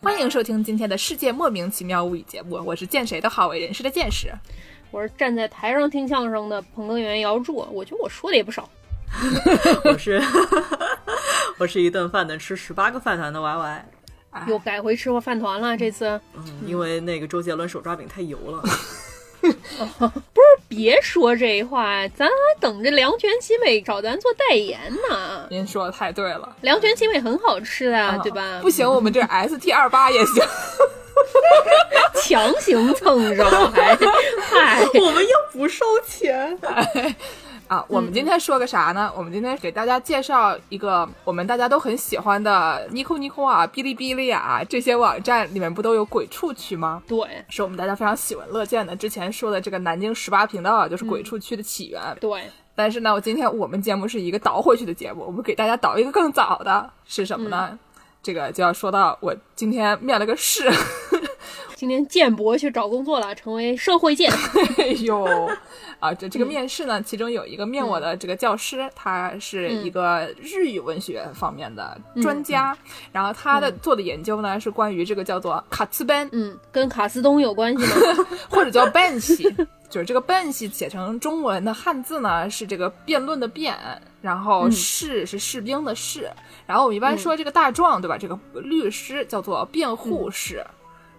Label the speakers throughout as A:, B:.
A: 欢迎收听今天的《世界莫名其妙物语》节目，我是见谁都好为人师的见识。
B: 我是站在台上听相声的捧哏演员姚柱，我觉得我说的也不少。
C: 我是我是一顿饭能吃十八个饭团的 YY，
A: 啊
B: 又改回吃过饭团了，这次
C: 嗯，因为那个周杰伦手抓饼太油了，
B: 别说这话，咱还等着梁泉西美找咱做代言呢。
A: 您说的太对了，
B: 梁泉西美很好吃的，
A: 啊
B: 对吧？
A: 不行，我们这 ST 二八也行。
B: 强行蹭上， 还嗨，
C: 我们又不收钱。
A: 啊，我们今天说个啥呢？我们今天给大家介绍一个我们大家都很喜欢的 Nico Nico 啊、哔哩哔哩啊这些网站里面不都有鬼畜区吗？
B: 对
A: 是我们大家非常喜闻乐见的。之前说的这个南京十八频道啊，就是鬼畜区的起源。
B: 对，
A: 但是呢，我今天我们节目是一个倒回去的节目，我们给大家倒一个更早的是什么呢？这个就要说到我今天面了个试，
B: 今天建博去找工作了，成为社会见。
A: 哎呦，啊，这这个面试呢，其中有一个面我的这个教师，他是一个日语文学方面的专家，然后他的做的研究呢是关于这个叫做卡茨 ben
B: 嗯，跟卡斯东有关系 吗？
A: 或者叫 ben 系， 就是这个 ben 系写成中文的汉字呢是这个辩论的辩，然后
B: 嗯
A: 士是士兵的士，然后我们一般说这个大状对吧？这个律师叫做辩护士。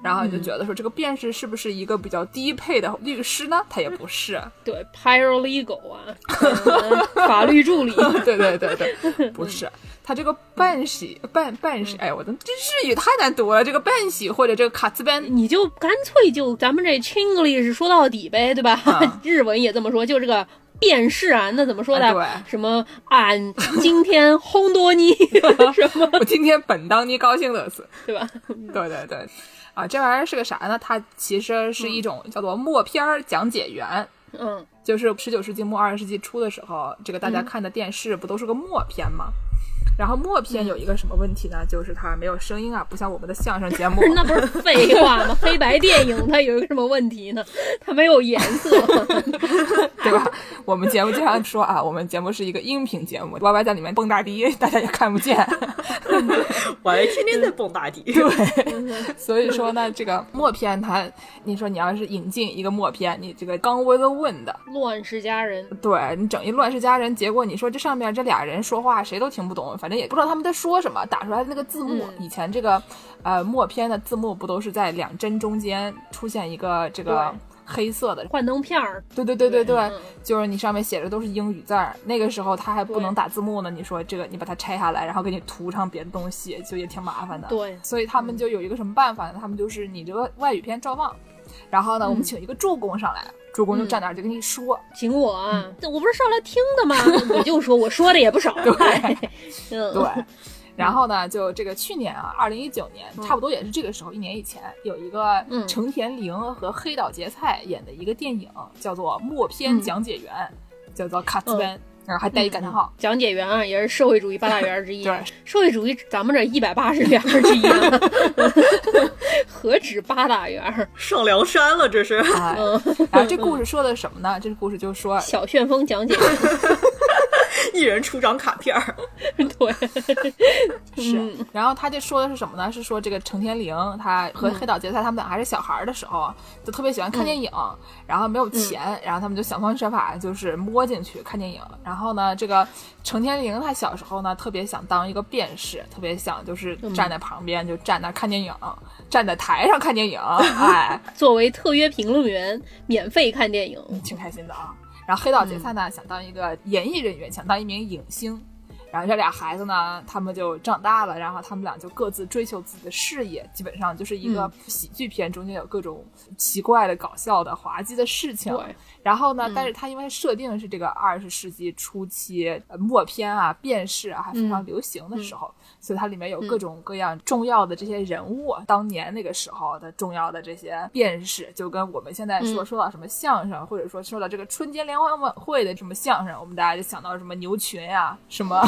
A: 然后你就觉得说这个辩士是不是一个比较低配的律师呢？他也不是，
B: 对，pyrolegal 啊，嗯法律助理。
A: 对对对对，不是。他这个半喜半半喜，哎，我的这日语太难读了。这个半喜或者这个卡兹班，
B: 你就干脆就咱们这 Chinglish 说到底呗，对吧？
A: 啊
B: 日文也这么说，就这个辨识啊，那怎么说的？
A: 哎对
B: 什么俺今天轰多尼什么，
A: 我今天本当你高兴的死。
B: 对吧？
A: 对对对，啊，这玩意儿是个啥呢？它其实是一种叫做默片儿讲解员。
B: 嗯，
A: 就是十九世纪末二十世纪初的时候，这个大家看的电视不都是个默片吗？然后默片有一个什么问题呢？就是它没有声音啊，不像我们的相声节目
B: 不 是，那不是废话吗？黑白电影它有一个什么问题呢？它没有颜色。
A: 对吧？我们节目经常说啊，我们节目是一个音频节目，Y Y 在里面蹦大迪，大家也看不见。
C: 我还天天在蹦大迪，
A: 所以说呢，这个默片它，你说你要是引进一个默片，你这个刚 with a win 的，
B: 乱世佳人，
A: 对你整一乱世佳人，结果你说这上面这俩人说话谁都听不懂，反正也不知道他们在说什么，打出来的那个字幕，
B: 嗯
A: 以前这个呃默片的字幕不都是在两帧中间出现一个这个
B: 对
A: 黑色的？
B: 幻灯片儿。
A: 对对对对对，
B: 嗯
A: 就是你上面写着都是英语字儿，那个时候他还不
B: 对
A: 能打字幕呢。你说这个，你把它拆下来，然后给你涂上别的东西，就也挺麻烦的。
B: 对
A: 所以他们就有一个什么办法呢？他们就是你这个外语片照放，然后呢，
B: 嗯
A: 我们请一个助攻上来，助攻就站那儿就跟你说，
B: 请我啊！我不是上来听的吗？我就说，我说的也不少。啊 对，嗯，
A: 对。然后呢，就这个去年啊，二零一九年，差不多也是这个时候，一年以前，有一个
B: 嗯
A: 成田凌和黑岛结菜演的一个电影，叫做《默片讲解员》，叫做《卡兹班》，然后还带一感叹号。
B: 讲解员啊，也是社会主义八大员儿之一。啊
A: 对，
B: 社会主义咱们这一百八十元儿之一呢， 何止八大员儿？
C: 上梁山了，这是。
A: 哎，然后这故事说的什么呢？这故事就说，
B: 小旋风讲解，
C: 一人出张卡片儿，
B: 对，
A: 是，嗯然后他就说的是什么呢？是说这个成天凌他和黑岛结菜他们俩还是小孩儿的时候，就特别喜欢看电影，然后没有钱，然后他们就想方设法就是摸进去看电影。然后呢，这个成天凌他小时候呢特别想当一个辩士，特别想就是站在旁边就站那儿看电影，站在台上看电影，哎，
B: 作为特约评论员，免费看电影。
A: 挺开心的啊。然后黑岛结菜呢、想当一个演艺人员，想当一名影星。然后这俩孩子呢，他们就长大了，然后他们俩就各自追求自己的事业，基本上就是一
B: 嗯
A: 个喜剧片，中间有各种奇怪的、搞笑的、滑稽的事情。
B: 对，嗯
A: 然后呢，但是它因为设定是这个二十世纪初期呃默片啊、辨识啊还非
B: 嗯
A: 常流行的时候，所以它里面有各种各样重要的这些人物，啊当年那个时候的重要的这些辨识，就跟我们现在说
B: 嗯
A: 说到什么相声，或者说说到这个春节联欢晚会的什么相声，我们大家就想到什么牛群呀、什么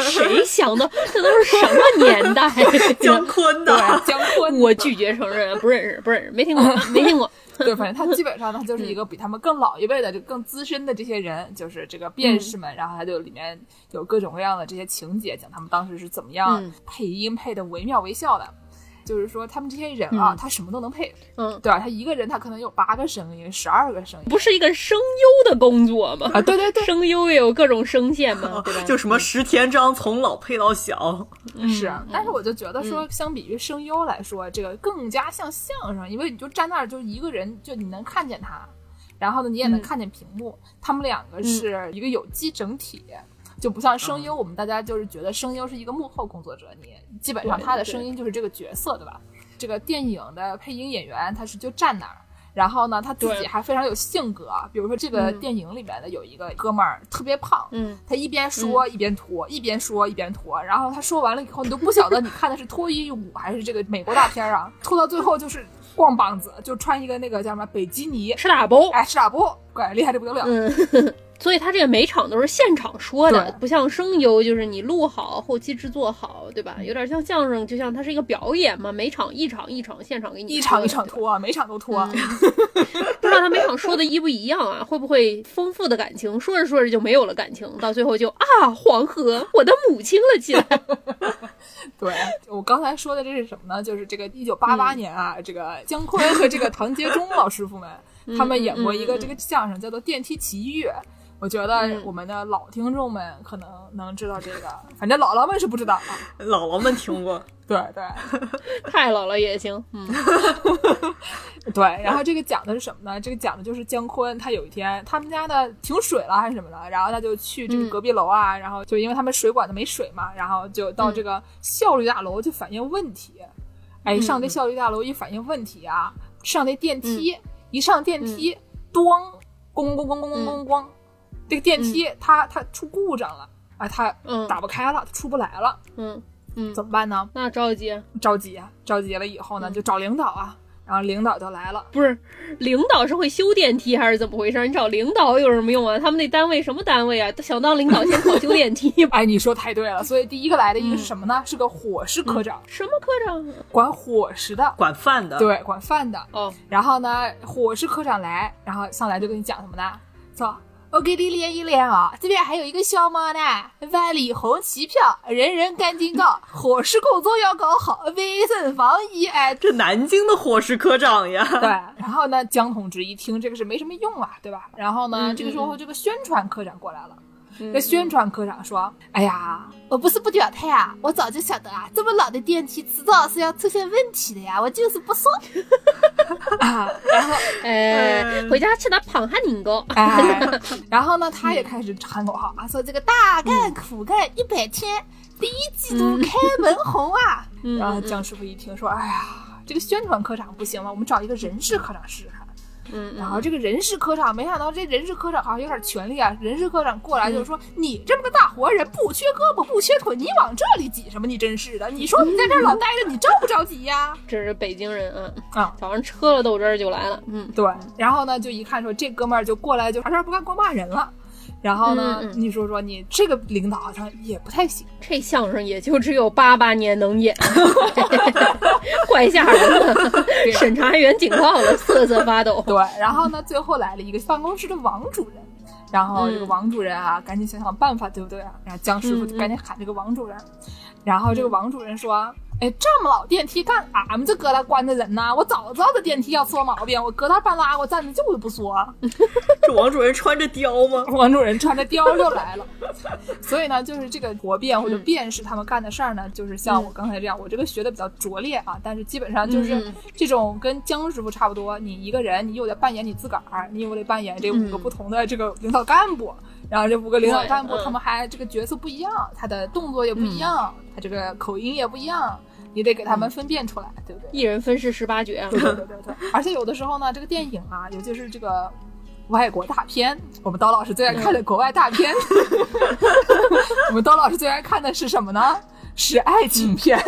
B: 谁想到这都是什么 年代？
C: 姜昆 的，
A: 对姜昆，
B: 我拒绝承认，不认识，不认识，没听 过，没听过。
A: 对，反正他基本上呢，就是一个比他们更老一辈的、就更资深的这些人，就是这个辩
B: 嗯
A: 士们，然后他就里面有各种各样的这些情节，讲他们当时是怎么样
B: 嗯
A: 配音配的惟妙惟肖的。就是说他们这些人啊，
B: 嗯
A: 他什么都能配，
B: 嗯，
A: 对吧？他一个人他可能有八个声音，十二个声音
B: 不是一个声优的工作吗？
A: 啊，对对对，
B: 声优也有各种声线嘛，对吧？
C: 就什么石田章从老配到小，
B: 嗯
A: 是，但
B: 嗯
A: 是我就觉得说，相比于声优来说，这个更加像相声，因为你就站那儿，就一个人，就你能看见他，然后呢，你也能
B: 嗯
A: 看见屏幕，他们两个是一个有机整体。就不像
B: 嗯
A: 声优，我们大家就是觉得声优是一个幕后工作者，你基本上
B: 对
A: 他的
B: 对
A: 声音就是这个角色，对吧？这个电影的配音演员他是就站那儿，然后呢他自己
B: 对
A: 还非常有性格，比如说这个
B: 嗯
A: 电影里面的有一个哥们儿特别胖，
B: 嗯，
A: 他一边说一边拖，一边说一边拖，然后他说完了以后，你都不晓得你看的是脱衣舞还是这个美国大片儿啊，拖到最后就是光膀子，就穿一个那个叫什么比基尼，
B: 吃大包。
A: 哎，是打不？怪厉害的不得了。
B: 嗯，所以他这个每场都是现场说的
A: 对，
B: 不像声优，就是你录好，后期制作好，对
A: 嗯
B: 吧？有点像相声，就像它是一个表演嘛，每场一场一场现场给你
A: 一
B: 说
A: 场
B: 的
A: 一场
B: 对吧嗯
A: 拖，每场都拖，
B: 不知道他每场说的一不一样啊？ 会不会丰富的感情说着说着就没有了感情，到最后就啊，黄河，我的母亲了起来。
A: 对我刚才说的这是什么呢？就是这个一九八
B: 嗯
A: 八年啊，这个姜昆和这个唐杰忠老师傅们，
B: 嗯
A: 他们演过一个这个相声，叫做《电梯奇遇》。我觉得
B: 嗯
A: 我们的老听众们可能能知道这个，反正姥姥们是不知道啊。
C: 姥姥们听过，
A: 对对，
B: 太老了 也行，嗯
A: 对，然后这个讲的是什么呢？这个讲的就是姜昆，他有一天他们家的停水了还是什么的，然后他就去这个
B: 嗯
A: 隔壁楼啊，然后就因为他们水管子没水嘛，然后就到
B: 嗯
A: 这个效率大楼去反映问题。哎，上这
B: 嗯
A: 效率大楼一反映问题啊，上这电梯、一上
B: 嗯
A: 电梯，咣咣咣咣咣咣咣咣，这个电梯它它出故障了啊，它
B: 嗯
A: 打不开了，出不来了，
B: 嗯嗯，
A: 怎么办呢？
B: 那着急
A: 着急啊，着急了以后呢，就找领导啊，然后领导就来了。
B: 不是领导是会修电梯还是怎么回事？你找领导有什么用啊？他们那单位什么单位啊？想当领导先考修电梯 吧。
A: 哎，你说太对了。所以第一个来的
B: 嗯
A: 一个是什么呢？是个伙食科长，
B: 什么科长？啊
A: 管伙食的，
C: 管饭
B: 嗯
C: 的，
A: 对，管饭的。
B: 哦，
A: 然后呢，伙食科长来，然后上来就跟你讲什么呢？说。我给你连一连啊，这边还有一个小猫呢，万里红旗票，人人干净高，伙食工作要搞好，卫生防疫哎。
C: 这南京的伙食科长呀，
B: 嗯
A: 对，然后呢，江同志一听这个是没什么用啊，对吧？然后呢，
B: 嗯
A: 这个时
B: 嗯
A: 候这个宣传科长过来了，
B: 嗯
A: 这宣传科长说：“哎呀，我不是不表态啊，我早就晓得啊，这么老的电梯迟早是要出现问题的呀，我就是不说。啊”然后，
B: 哎，
C: 嗯
B: 回家吃点胖哈年糕。
A: 哎，然后呢，他也开始喊口号啊，说这个大干苦干一百天，第一季度开门红啊。
B: 嗯
A: 然后
B: 嗯
A: 姜师傅一听说，哎呀，这个宣传科长不行了，我们找一个人事科长试试看。
B: 嗯，
A: 然后这个人事科长，没想到这人事科长好像有点权力啊。人事科长过
B: 嗯
A: 来就是说：“你这么个大活人，不缺胳膊不缺腿，你往这里挤什么？你真是的！你说你在这
B: 嗯
A: 儿老待着，你着不着急呀
B: 这是北京人啊，？”
A: 啊，
B: 早上车了豆汁儿就来了。嗯，
A: 对。 然后呢，就一看说这哥们儿就过来就啥事儿不干，光骂人了。然后呢，
B: 嗯嗯
A: 你说说你这个领导好像也不太行。
B: 这相声也就只有八八年能演， 怪吓人 的。审查员警告了，瑟瑟发抖。
A: 对，然后呢，最后来了一个办公室的王主任，然后这个
B: 嗯
A: 王主任啊，赶紧想想办法，对不对啊？然后姜师傅就
B: 嗯嗯
A: 赶紧喊这个王主任，然后这个王主任说。哎，这么老电梯干俺们这疙瘩关的人呐！我早知道这电梯要出毛病，我疙瘩半拉我站着就是不说。
C: 这王主任穿着貂吗？
A: 王主任穿着貂就来了， 所以呢，就是这个国辩或者辩士他们干的事儿呢，就是像我刚才这样，我这个学的比较拙劣啊，但是基本上就是
B: 嗯
A: 这种跟姜师傅差不多，你一个人，你又得扮演你自个儿，你又得扮演这五个
B: 嗯
A: 不同的这个领导干部，然后这五个领导
B: 对
A: 干部
B: 嗯
A: 他们还这个角色不一样，他的动作也不一样，他这个口音也不一样，你得给他
B: 嗯
A: 们分辨出来，对不对？
B: 一人分饰十八角啊。
A: 对对对 对，而且有的时候呢，这个电影啊，尤其是这个外国大片，我们刀老师最爱看的国外大 片，我们刀老师最爱看的是什么呢？是爱情片。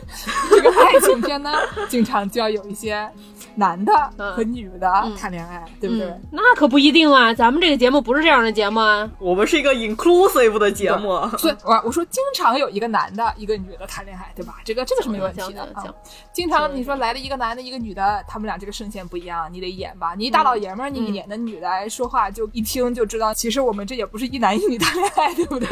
A: 这个爱情片呢，经常就要有一些男的和女的
B: 嗯
A: 谈恋爱，对不对？
B: 嗯那可不一定啊，咱们这个节目不是这样的节目啊。
C: 我们是一个 inclusive 的节目，
A: 所以，我我说经常有一个男的，一个女的谈恋爱，对吧？这个这个是没问题
B: 行
A: 的
B: 行
A: 啊
B: 行。
A: 经常你说来了一个男的，一个女的，他们俩这个声线不一样，你得演吧。你一大老爷们儿，你演的女的哎说话就一听就知道，其实我们这也不是一男一女谈恋爱，对不 对？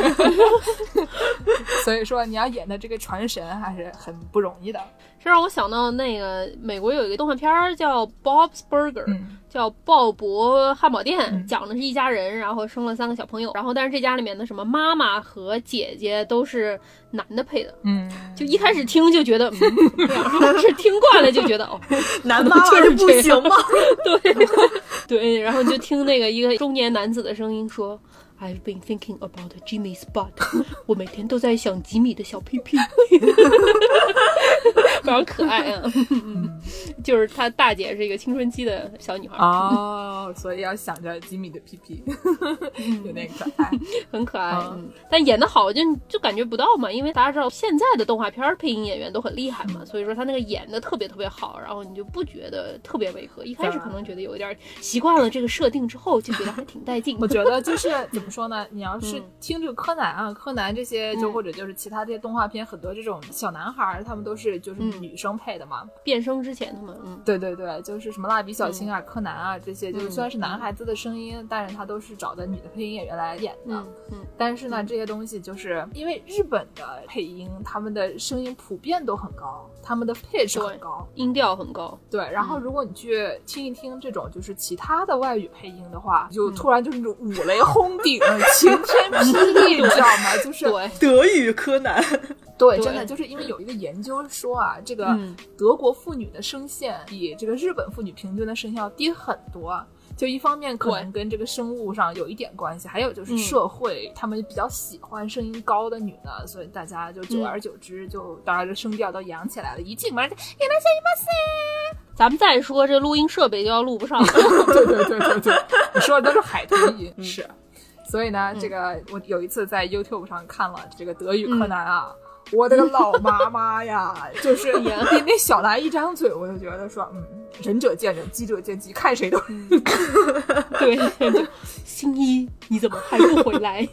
A: 所以说你要演的这个传神还是很不容易的。
B: 这让我想到那个美国有一个动画片儿叫《Bob's Burger》，
A: 嗯
B: 叫鲍勃汉堡店，
A: 嗯
B: 讲的是一家人，然后生了三个小朋友，然后但是这家里面的什么妈妈和姐姐都是男的配的，
A: 嗯，
B: 就一开始听就觉得，嗯、这样但是听惯了就觉得哦，
C: 男妈妈是不行吗？
B: 对，然后就听那个一个中年男子的声音说。I've been thinking about Jimmy's butt 。 我每天都在想吉米的小屁 屁，非常可爱啊！ 就是他大姐是一个青春期的小女孩，
A: 哦，所以要想着吉米的屁屁， 有点可爱。
B: 很可爱。
A: 啊
B: 嗯，但演的好就就感觉不到嘛，因为大家知道现在的动画片儿配音演员都很厉害嘛，所以说他那个演的特别特别好，然后你就不觉得特别违和。一开始
A: 对啊
B: 可能觉得有一点儿习惯了这个设定之后，就觉得还挺带 劲。
A: 我觉得就是怎么说呢？你要是
B: 嗯
A: 听这个柯南啊，柯南这些，就
B: 嗯
A: 或者就是其他这些动画片，很多这种小男孩儿，他们都是就是
B: 嗯
A: 女生配的嘛。
B: 变声之前他们，嗯，
A: 对对对，就是什么蜡笔小新啊、柯南啊这些，就是
B: 嗯
A: 虽然是男孩子的声音，但是他都是找的女的配音演员来演 的。
B: 嗯嗯
A: 但是呢，这些东西就是因为日本的配音，他们的声音普遍都很高，他们的 pitch
B: 对
A: 很高。
B: 音调很高，
A: 对，然后
B: 嗯
A: 如果你去听一听这种就是其他的外语配音的话，你
B: 嗯
A: 就突然就是五雷轰顶、 晴天霹雳，你知道吗？就是
B: 对，
C: 德语柯南，
A: 对，
B: 对
A: 真的就是因为有一个研究说啊，这个
B: 嗯
A: 德国妇女的声线比这个日本妇女平均的声线要低很多。就一方面可能跟这个生物上有一点关系，还有就是
B: 嗯
A: 社会、他们比较喜欢声音高的女的，所以大家就久
B: 嗯
A: 而久之就大家这声调都扬起来了，一进门就
B: 咱们再说这录音设备就要录不 上了。
A: 对对对对 对，你说的都是海豚音，是。所以呢，这个我有一次在 YouTube 上看了这个德语柯南啊，我的个老妈妈呀，就是
B: 哎呀
A: 那那小兰一张嘴，我就觉得说，嗯，仁者见仁，智者见智，看谁都
B: 对，就新一，你怎么还不回来？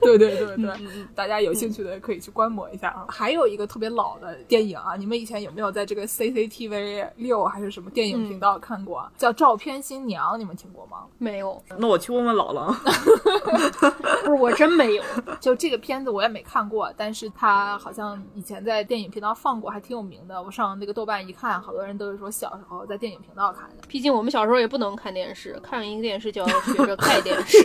A: 对对对对，大家有兴趣的可以去观摩一下啊。还有一个特别老的电影啊，你们以前有没有在这个 CCTV 六还是什么电影频道看过啊？叫《照片新娘》，你们听过吗？
B: 没有，
C: 那我去问问老狼。
B: 不是我真没有。
A: 就这个片子我也没看过，但是它好像以前在电影频道放过，还挺有名的。我上那个豆瓣一看，好多人都是说小时候在电影频道看的。
B: 毕竟我们小时候也不能看电视，看一个电视就要学 着看电视。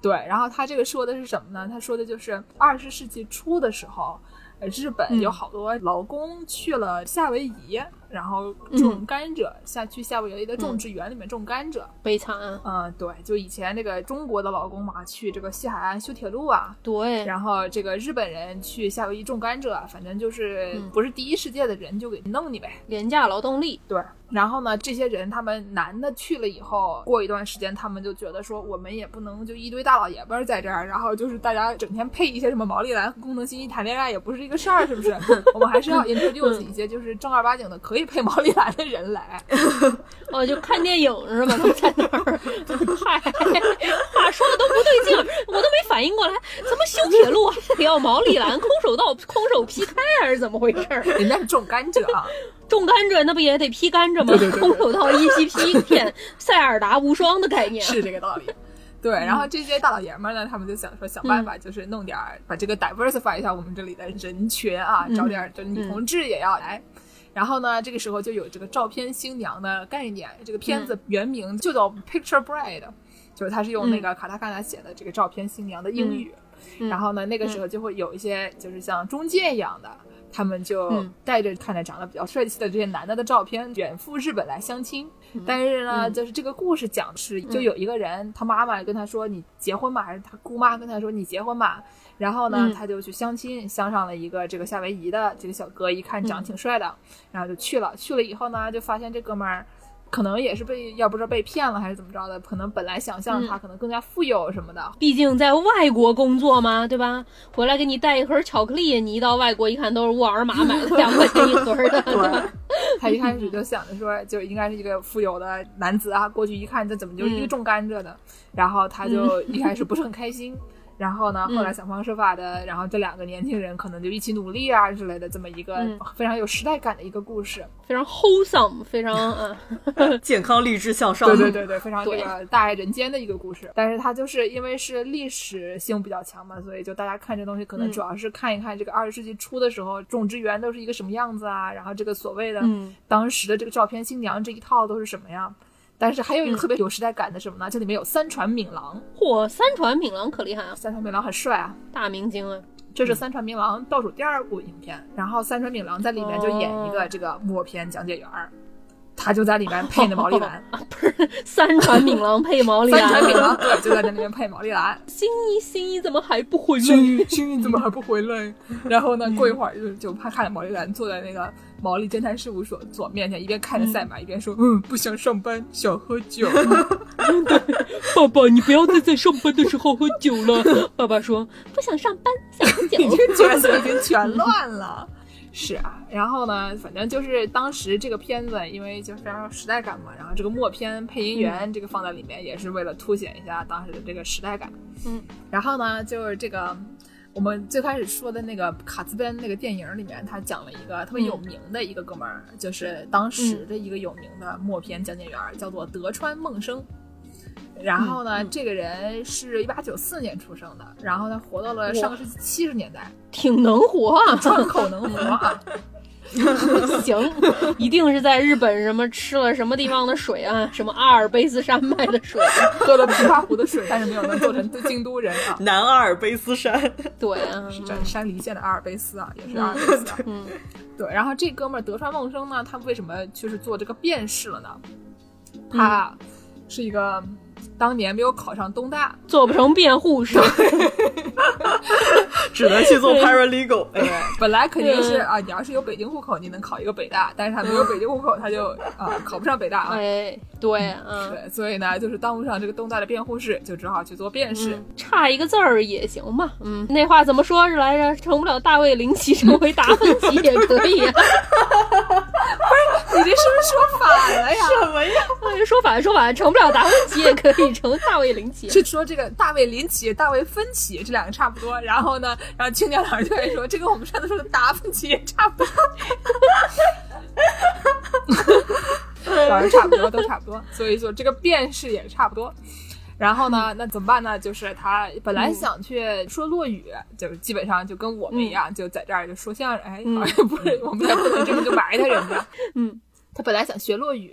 A: 对，然后他这个说的是什么呢？他说的就是二十世纪初的时候，呃日本
B: 嗯
A: 有好多劳工去了夏威夷，然后种甘蔗，下去夏威夷的种植园里面种甘蔗。
B: 悲惨啊！
A: 嗯、对，就以前那个中国的劳工嘛，去这个西海岸修铁路啊，
B: 对，
A: 然后这个日本人去夏威夷种甘蔗，反正就是
B: 嗯
A: 不是第一世界的人就给弄你呗。
B: 廉价劳动力，
A: 对，然后呢，这些人他们男的去了以后，过一段时间他们就觉得说，我们也不能就一堆大老爷们儿在这儿，然后就是大家整天配一些什么毛利兰、功能新一谈恋爱也不是一个事儿，是不是？我们还是要 introduce 一些就是正儿八经的可以配毛利兰的人来。
B: 哦，就看电影是吧？他们在那儿，嗨，话说的都不对劲儿，我都没反应过来，怎么修铁路还得要毛利兰空手道、空手劈开还是怎么回事儿？
A: 人家是种甘蔗啊，
B: 种甘蔗那不也得劈甘蔗吗？空手道一劈劈一片，塞尔达无双的概念。
A: 是这个 道理。对，然
B: 嗯
A: 后这些大老爷们儿呢，他们就想说想办法，就是弄点儿，把这个 diversify 一下我们这里的人群啊，
B: 嗯
A: 找点儿这女同志也要来。然后呢，这个时候就有这个照片新娘的概念。这个片
B: 嗯
A: 子原名就叫 Picture Bride，、就是它是用那个卡塔卡纳写的这个照片新娘的英语。
B: 嗯
A: 然后呢，那个时候就会有一些就是像中介一样的，他们就
B: 嗯
A: 带着看着长得比较帅气的这些男的的照片，远赴日本来相亲。但是呢，
B: 嗯
A: 就是这个故事讲的是，就有一个人，他妈妈跟他说你结婚吧，还是他姑妈跟他说你结婚吧。然后呢
B: 嗯，
A: 他就去相亲，相上了一个这个夏威夷的这个小哥，一看
B: 嗯
A: 长得挺帅的，然后就去了。去了以后呢，就发现这哥们儿。可能也是被，要不是被骗了还是怎么着的，可能本来想象他可能更加富有什么的，
B: 毕竟在外国工作嘛，对吧？回来给你带一盒巧克力，你一到外国一看都是沃尔玛买的，两块 钱一盒 的，对吧？
A: 他一开始就想着说，就应该是一个富有的男子啊，过去一看，这怎么就是一个种甘蔗的？然后他就一开始不是很开心，然后呢，后来想方设法的，然后这两个年轻人可能就一起努力啊之类的，这么一个
B: 嗯
A: 非常有时代感的一个故事。
B: 非常 wholesome，非常嗯，
C: 健康励志向 上，
A: 对对对对，非常这
B: 对
A: 个大爱人间的一个故事。但是它就是因为是历史性比较强嘛，所以就大家看这东西，可能
B: 嗯
A: 主要是看一看这个二十世纪初的时候，种植园都是一个什么样子啊，然后这个所谓的
B: 嗯
A: 当时的这个照片新娘这一套都是什么样。但是还有一个
B: 嗯
A: 特别有时代感的什么呢？这里面有三船敏郎，
B: 嚯，三船敏郎可厉害啊，
A: 三船敏郎很帅啊，
B: 大明星啊，
A: 这是三船明郎倒数第二部影片，然后三船明郎在里面就演一
B: 哦
A: 个这个默片讲解员儿，他就在里面配的毛利兰，
B: 三船敏郎配哦毛利
A: 三船明
B: 兰，
A: 郎对就在那里面配毛利兰。
B: 新一新一怎么还 不回
A: 星
B: 来？
A: 宇，星宇怎么还不回 来？然后呢，过一会儿就就怕看着毛利兰坐在那个毛利侦探事务所所面前，一边看着赛马，一边说：“嗯，不想上班，想喝酒。
B: 爸爸，你不要再在上班的时候喝酒了。 爸爸说不想上班，想喝”
A: 你
B: 酒。
A: 这角色已经全乱了。 是啊，然后呢，反正就是当时这个片子，因为就非常有时代感嘛，然后这个默片配音员这个放在里面，也是为了凸显一下当时的这个时代感。
B: 嗯，
A: 然后呢，就是这个我们最开始说的那个卡兹贝恩那个电影里面，他讲了一个特别有名的一个哥们儿，就是当时的一个有名的默片讲解员，叫做德川梦生。然后呢，这个人是一八九四年出生的，然后他活到了上个世纪七十年代，
B: 挺能活啊，
A: 赚口能活啊！
B: 行，一定是在日本什么吃了什么地方的水啊，什么阿尔卑斯山脉的水啊，
A: 喝了琵琶湖的水，但是没有能做成京都人啊。
C: 南阿尔卑斯山，
B: 对啊，
A: 是在山梨县的阿尔卑斯啊，也是阿尔卑斯、啊。
B: 嗯，
A: 对，然后这哥们儿德川梦生呢，他为什么就是做这个辨识了呢？
B: 嗯
A: 他是一个当年没有考上东大，
B: 做不成辩护 是吧？
C: 只能去做 paralegal。哎，
A: 本来肯定是
B: 嗯
A: 啊，你要是有北京户口，你能考一个北大，但是他没有北京户口，他就啊考不上北大啊。
B: 哎，对啊，
A: 对，所以呢，就是当不上这个东大的辩护士，就只好去做辩士。
B: 嗯，差一个字儿也行吧。嗯，那话怎么说是来着？成不了大卫林奇，成为达芬奇也可以啊。
A: 你这是不是说反了呀？
C: 什么呀？
B: 哎说反了，说反了，成不了达芬奇也可以成大卫林奇。
A: 是说这个大卫林奇、大卫芬奇这两个差不多，然后呢，然后青鸟老师就会说，这跟我们上次说的达芬奇也差不多，老师差不多都差不多，所以说这个辨识也差不多。然后呢，那怎么办呢？就是他本来想去说落雨，就是基本上就跟我们一样，就在这儿就说相声。哎，好像不是，我们也不能这么就埋汰人家。
B: 嗯，
A: 他本来想学落雨，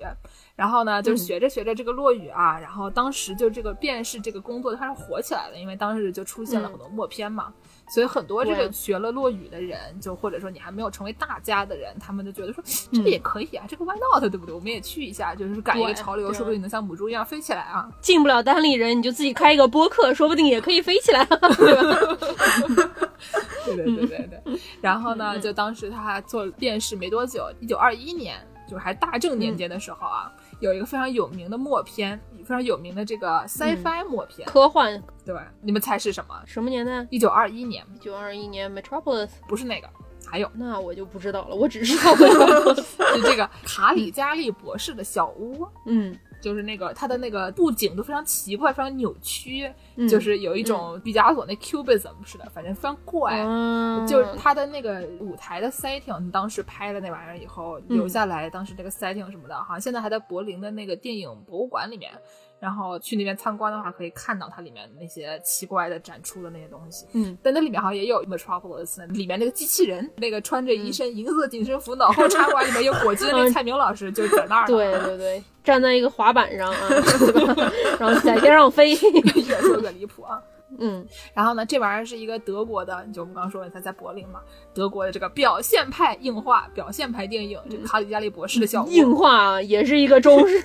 A: 然后呢，就是学着学着这个落雨啊，然后当时就这个辨识这个工作它是火起来了，因为当时就出现了
B: 嗯
A: 很多默片嘛，所以很多这个
B: 对
A: 学了落雨的人，就或者说你还没有成为大家的人，他们就觉得说这个也可以啊，这个 why not 对不对？我们也去一下，就是赶一个
B: 对
A: 潮流，
B: 对
A: 说不定能像母猪一样飞起来啊。
B: 进不了单立人，你就自己开一个播客，说不定也可以飞起来了。
A: 对对对对对。 然后呢，就当时他做电视没多久，一九二一年，就是还大正年间的时候啊，有一个非常有名的默片，非常有名的这个 sci-fi 默片，
B: 科幻
A: 对，你们猜是什么？
B: 什么年代？
A: 一九二一年，
B: 一九二一年 Metropolis，
A: 不是那个，还有
B: 那我就不知道了，我只 知道 Metropolis。
A: 是这个卡里加利博士的小屋。
B: 嗯，
A: 就是那个它的那个布景都非常奇怪，非常扭曲，
B: 嗯
A: 就是有一种毕加索那 cubism 似的，反正非常怪。
B: 嗯
A: 哎就是他的那个舞台的 setting，当时拍的那玩意儿以后
B: 嗯
A: 留下来，当时那个 setting 什么的，好像现在还在柏林的那个电影博物馆里面。然后去那边参观的话，可以看到它里面那些奇怪的展出的那些东西。
B: 嗯，
A: 但那里面好像也有 Metropolis，里面那个机器人，那个穿着一身银色紧身服、脑后插管、里面有果汁的那个
B: 嗯
A: 蔡明老师就在那儿呢。
B: 对对对，站在一个滑板上啊， 对吧然后在天上 飞。
A: 越说越离谱啊！
B: 嗯，
A: 然后呢，这玩意儿是一个德国的，就我们刚刚说的，它在柏林嘛，德国的这个表现派硬化、表现派电影，这卡里加利博士的小屋。
B: 硬化也是一个中式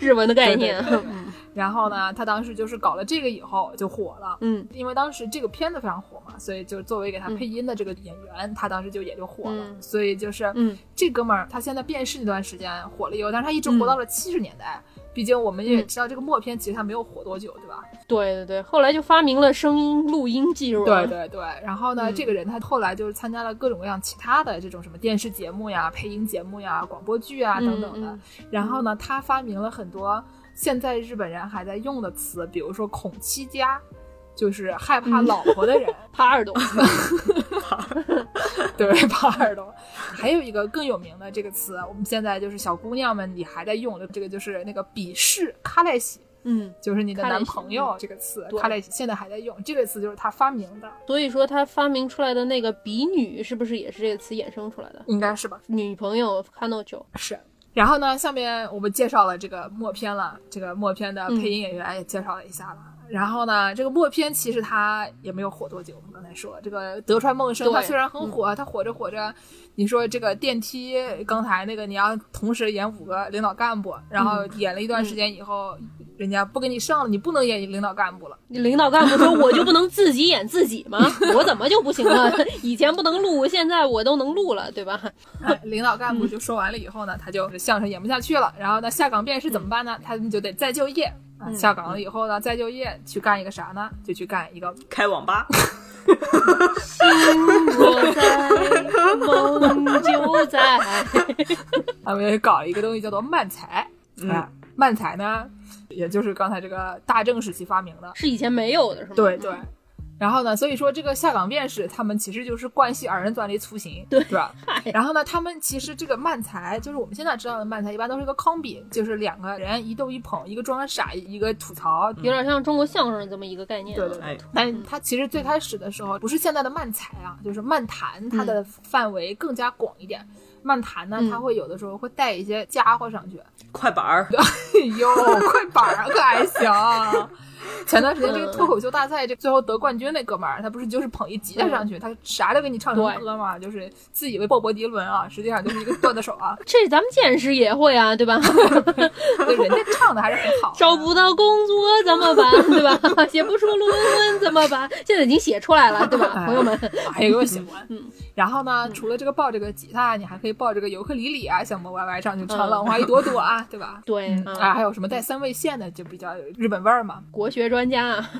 B: 日文的概念。
A: 对对对然后呢，他当时就是搞了这个以后就火了。
B: 嗯
A: 因为当时这个片子非常火嘛，所以就作为给他
B: 嗯
A: 配音的这个演员，他当时就也就火了。
B: 嗯
A: 所以就是，
B: 嗯，
A: 这哥们儿他现在变世那段时间火了以后，但是他一直
B: 嗯
A: 活到了七十年代。毕竟我们也
B: 嗯
A: 知道，这个默片其实他没有火多久，对吧？
B: 对对对，后来就发明了声音录音技术。
A: 对对对，然后呢，
B: 嗯
A: 这个人他后来就是参加了各种各样其他的这种什么电视节目呀、配音节目呀、广播剧啊
B: 嗯
A: 等等的。
B: 嗯
A: 然后呢，他发明了很多现在日本人还在用的词，比如说“孔七家”。就是害
B: 嗯
A: 怕老婆的人，
B: 耙耳 朵，
A: 对，耙耳朵。还有一个更有名的这个词，我们现在就是小姑娘们也还在用的，这个就是那个鄙视卡莱西，
B: 嗯，
A: 就是你的
B: 卡莱
A: 男
B: 西
A: 朋友这个词，
B: 对
A: 卡莱西现在还在用这个词，就是他发明的，
B: 所以说他发明出来的那个比女是不是也是这个词衍生出来的？
A: 应该是吧？
B: 女朋友 c a n o j o
A: 是。然后呢，下面我们介绍了这个默片了，这个默片的配音演员也介绍了一下了。然后呢，这个默片其实它也没有火多久，我们刚才说了，这个德川梦生，
B: 对
A: 它虽然很火，它火着火着，你说这个电梯，刚才那个你要同时演五个领导干部，然后演了一段时间以后，人家不给你上了，你不能演领导干部了。
B: 领导干部说：“我就不能自己演自己吗？ 我怎么就不行了？以前不能录，现在我都能录了，对吧？
A: 哎领导干部就说完了以后呢，他就相声演不下去了，然后呢，下岗辩士怎么办呢？他们就得再就业。啊，下岗了以后呢，再就业去干一个啥呢？就去干一个
C: 开网吧，
B: 我在，梦就在。
A: 他们呃搞一个东西叫做漫才。啊，漫才呢，也就是刚才这个大正时期发明的”。
B: 是以前没有的，是吗？
A: 对对。然后呢，所以说这个下岗辩士他们其实就是惯系二人转的一雏形，对哎吧？然后呢，他们其实这个漫才就是我们现在知道的漫才，一般都是一个 combi，就是两个人一逗一捧，一个装傻，一个吐槽，
B: 有点像中国相声这么一个概念。
A: 对对对
C: 哎，
A: 但它其实最开始的时候不是现在的漫才啊，就是漫谈，它的范围更加广一点。漫谈呢，
B: 嗯
A: 它会有的时候会带一些家伙上去，
C: 快 板儿，
A: 哎呦， 快板儿啊，可还行啊。前段时间这个脱口秀大赛，这最后得冠军那哥们儿，他不是就是捧一吉他上去，他啥都给你唱成
B: 嗯对
A: 歌嘛，就是自以为鲍勃迪伦啊，实际上就是一个段子手啊，
B: 这咱们见识也会啊，对 吧？
A: 就人家唱的还是很 好的。
B: 找不到工作怎么办，对吧？写不出论文怎么办？现在已经写出来了，对吧，
A: 哎
B: 朋友们？ 嗯
A: 还有个喜欢。然后呢，除了这个抱这个吉他，你还可以抱这个尤克里里啊，像我 YY 上去唱《
B: 嗯
A: 浪花一朵朵》啊，对吧？
B: 对
A: 嗯
B: 啊，
A: 啊，还有什么带三味线的，就比较有日本味儿嘛，
B: 国学专家啊，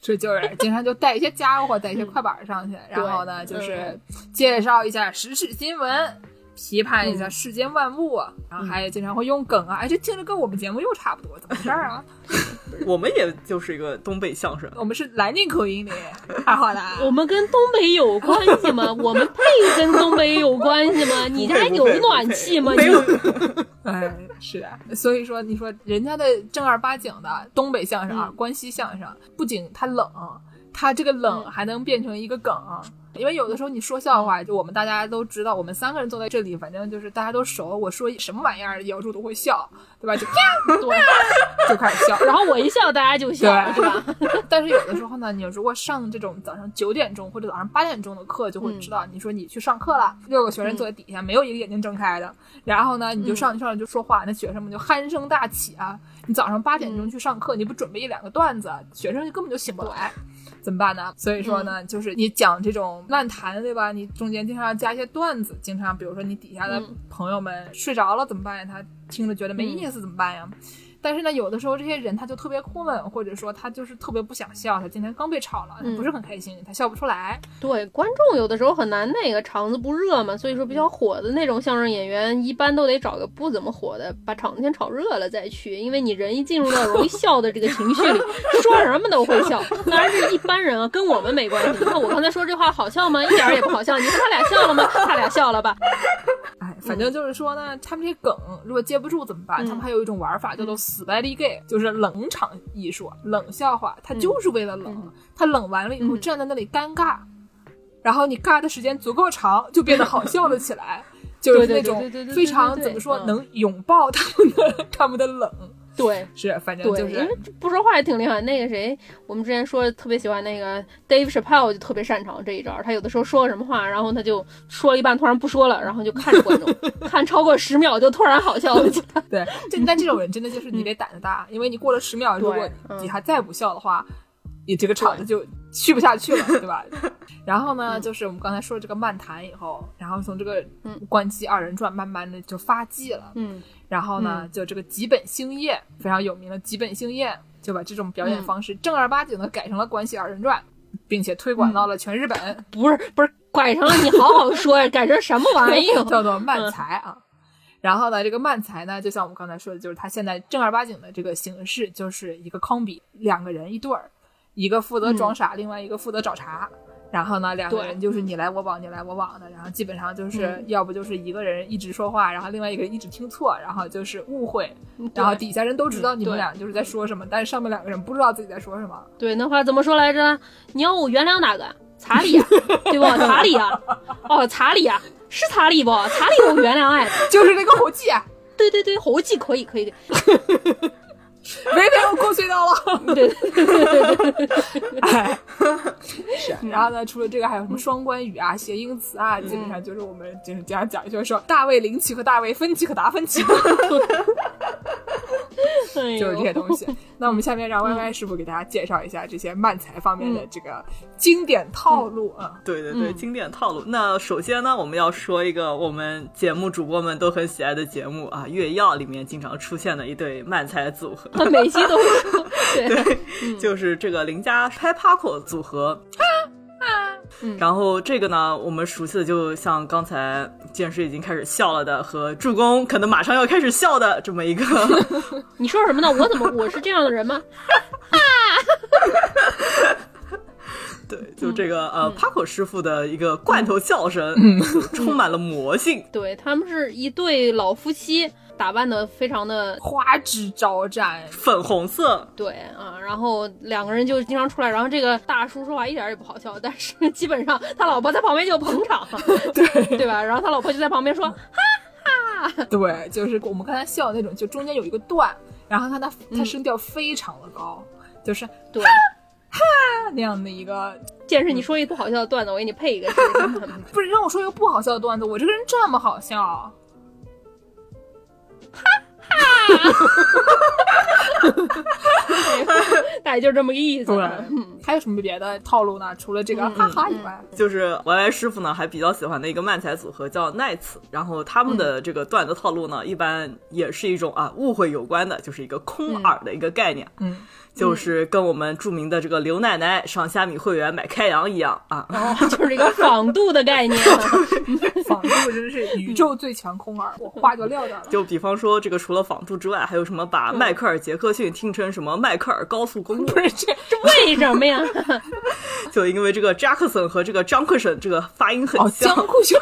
A: 所以就是经常就带一些家伙，带一些
B: 嗯
A: 快板上去，然后呢，就是介绍一下时事新闻。批判一
B: 嗯
A: 下世间万物，啊然后还经常会用梗啊，哎，这听着跟我们节目又差不多，怎么回事儿啊？
C: 我们也就是一个东北相声，
A: 我们是南宁口音的，啊太好了。
B: 我们跟东北有关系 吗？我们配跟东北有关系吗？你家有暖气吗？
C: 没有，
A: 哎，是啊，所以说你说人家的正儿八经的东北相声啊，关西相声，不仅它冷，它这个冷还能变成一个梗。因为有的时候你说笑话，就我们大家都知道，我们三个人坐在这里，反正就是大家都熟。我说什么玩意儿，姚柱都会笑，对吧？就啪
B: 对，
A: 就开始笑。
B: 然后我一笑，大家就笑，
A: 对
B: 是吧？
A: 但是有的时候呢，你如果上这种早上九点钟或者早上八点钟的课，就会知道，你说你去上课了，六个学生坐在底下，没有一个眼睛睁开的，然后呢，你就
B: 嗯
A: 上去上去就说话，那学生们就鼾声大起啊。你早上八点钟去上课，你不准备一两个段子，学生就根本就醒不来。怎么办呢？所以说
B: 嗯
A: 呢，就是你讲这种烂谈，对吧？你中间经常要加一些段子，经常比如说你底下的
B: 嗯
A: 朋友们睡着了怎么办呀？他听着觉得没意思怎么办呀？但是呢，有的时候这些人他就特别困，或者说他就是特别不想笑。他今天刚被炒了，他
B: 嗯
A: 不是很开心，他笑不出来。
B: 对，观众有的时候很难那个场子不热嘛，所以说比较火的那种相声演员，一般都得找个不怎么火的，把场子先炒热了再去，因为你人一进入到容易笑的这个情绪里， 说什么都会笑。当然是一般人啊，跟我们没关系。你看我刚才说这话好笑吗？一点儿也不好笑。你看他俩笑了吗？他俩笑了吧？
A: 哎，反正就是说呢，他们这些梗如果接不住怎么办？
B: 嗯
A: 他们还有一种玩法叫做死白离 gay，就是冷场艺术、啊冷笑话，他就是为了冷，他冷完了以后
B: 嗯
A: 站在那里尴尬，然后你尬的时间足够长，就变得好笑了起来， 就是那种
B: 嗯对对对对对对对
A: 非常怎么说
B: 嗯
A: 能拥抱他们的 他们的冷，
B: 对，
A: 是反正
B: 对，
A: 就
B: 因为
A: 是
B: 不说话也挺厉害。那个谁，我们之前说特别喜欢那个 Dave Chappelle 就特别擅长这一招儿。他有的时候说个什么话，然后他就说了一半，突然不说了，然后就看 着观众，看超过十秒就突然好笑了起来。
A: 对，这但这种人真的就是你得胆子大，因为你过了十秒，如果
B: 嗯对嗯
A: 你还再不笑的话，你这个场子就续不下去了，对 吧？然后呢，就是我们刚才说这个漫谈以后，然后从这个
B: 嗯
A: 关机二人转慢慢的就发迹了，
B: 嗯，
A: 然后呢，就这个吉本兴业非常有名的吉本兴业，就把这种表
B: 嗯
A: 演方式正儿八经的改成了关系二人转，并且推广到
B: 嗯
A: 了全日本，？
B: 不是不是，拐成了你好好说呀，改成什么玩意 儿
A: 叫做漫才啊。然后呢，这个漫才呢，就像我们刚才说的，就是它现在正儿八经的这个形式，就是一个 combi，两个人一对儿，一个负责装傻，另外一个负责找茬。然后呢，两个人就是你来我往，你来我往的，然后基本上就是要不就是一个人一直说话，然后另外一个人一直听错，然后就是误会，然后底下人都知道你们俩就是在说什么，但是上面两个人不知道自己在说什么。
B: 对，那话怎么说来着？你要我原谅哪个？查理呀、对吧？查理呀、哦，查理呀、是查理不？查理我原谅哎，
A: 就是那个啊伙计，
B: 对对对，猴记可以可以的，
A: 没被我过隧道了。
B: 对对对对对对，
A: 哎，是。
B: 啊
A: 然后呢，除了这个，还有什么双关语
B: 嗯
A: 啊、谐音词啊，基本上就是我们就是经常讲，就是说大卫林奇和大卫芬奇和达芬 奇，
B: 哎呦
A: 就是这些东西。那我们下面
B: 嗯
A: 让 Y Y 师傅给大家介绍一下这些漫才方面的这个经典套路啊。
C: 对对对，
B: 嗯
C: 经典套路。那首先呢，我们要说一个我们节目主播们都很喜爱的节目啊，《越药》里面经常出现的一对慢才组合，
B: 他哎每期都说，对，
C: 就是这个邻家拍 Paco 组合。
B: 嗯
C: 然后这个呢，我们熟悉的就像刚才剑师已经开始笑了的，和助攻可能马上要开始笑的这么一个
B: 你说什么呢？我怎么我是这样的人吗？
C: 对，就这个、呃、帕克师傅的一个罐头笑声，就充满了魔性。
B: 对他们是一对老夫妻，打扮的非常的
A: 花枝招展，
C: 粉红色，
B: 对啊，然后两个人就经常出来，然后这个大叔说话一点儿也不好笑，但是基本上他老婆在旁边就捧场， 对对吧？然后他老婆就在旁边说，
A: 对，就是我们刚才笑的那种，就中间有一个段，然后看他
B: 嗯
A: 他声调非常的高，就是
B: 对，
A: 那样的一个，
B: 见识你说一不好笑的段子，我给你配一个试试。
A: 不是让我说一个不好笑的段子，我这个人这么好笑，
B: 大概就这么个意思。
A: 对，嗯还有什么别的套路呢？除了这个哈哈以外，
C: 就是 Y Y 师傅呢还比较喜欢的一个漫才组合叫 Nights，然后他们的这个段子套路呢，一般也是一种啊误会有关的，就是一个空耳的一个概念，
A: 嗯，
C: 就是跟我们著名的这个刘奶奶上虾米会员买开阳一样啊，
B: 然 后就是一个仿度的概念。啊
A: 仿度真是宇宙最强空耳，我话就撂这儿了。
C: 就比方说这个除了仿铸之外，还有什么把迈克尔杰克逊听成什么迈克尔高速公路，
A: 不是这，
B: 这为什么呀？
C: 就因为这个 Jackson 和这个 Junction 这个发音很
A: 哦，
C: 像
A: 江，户兄，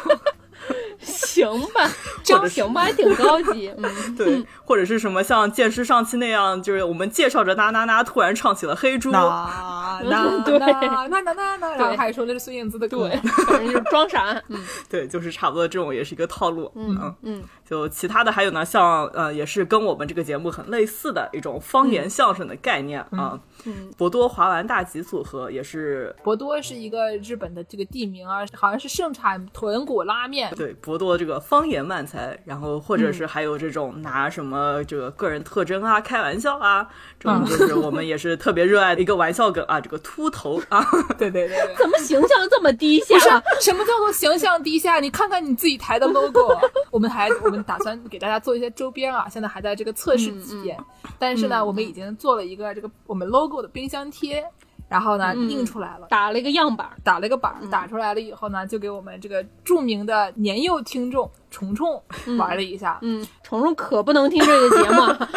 B: 行吧，张行吧，还挺高级。嗯，
C: 对，或者是什么像剑师上期那样，就是我们介绍着na na na，突然唱起了黑猪，
A: 那那
B: 对
A: 那那那那那，然后还说那是孙燕姿的歌
B: 对，，反正就是装傻。嗯
C: 对，就是差不多这种也是一个套路。嗯
B: 嗯，
C: 就其他的还有呢，像呃，也是跟我们这个节目很类似的一种方言相声的概念啊。
B: 嗯
C: 博多华丸大吉组合也是
A: 博多是一个日本的这个地名啊，好像是盛产豚骨拉面，
C: 对博多这个方言漫才，然后或
B: 嗯
C: 者是还有这种拿什么这个个人特征啊开玩笑啊，这
B: 嗯
C: 种就是我们也是特别热爱的一个玩笑梗啊，这个秃头啊。
A: 对对对对。
B: 怎么形象这么低下
A: 不？是啊什么叫做形象低下？你看看你自己台 的 logo。我们还我们打算给大家做一些周边啊，现在还在这个测试期
B: 嗯
A: 间。但是呢，我们已经做了一个这个我们 logo 的冰箱贴，然后呢
B: 嗯
A: 印出来了。
B: 打了一个样板儿，
A: 打了一个板
B: 嗯
A: 儿，打出来了以后呢，就给我们这个著名的年幼听众虫虫玩了一下，
B: 嗯，虫虫可不能听这个节 目啊，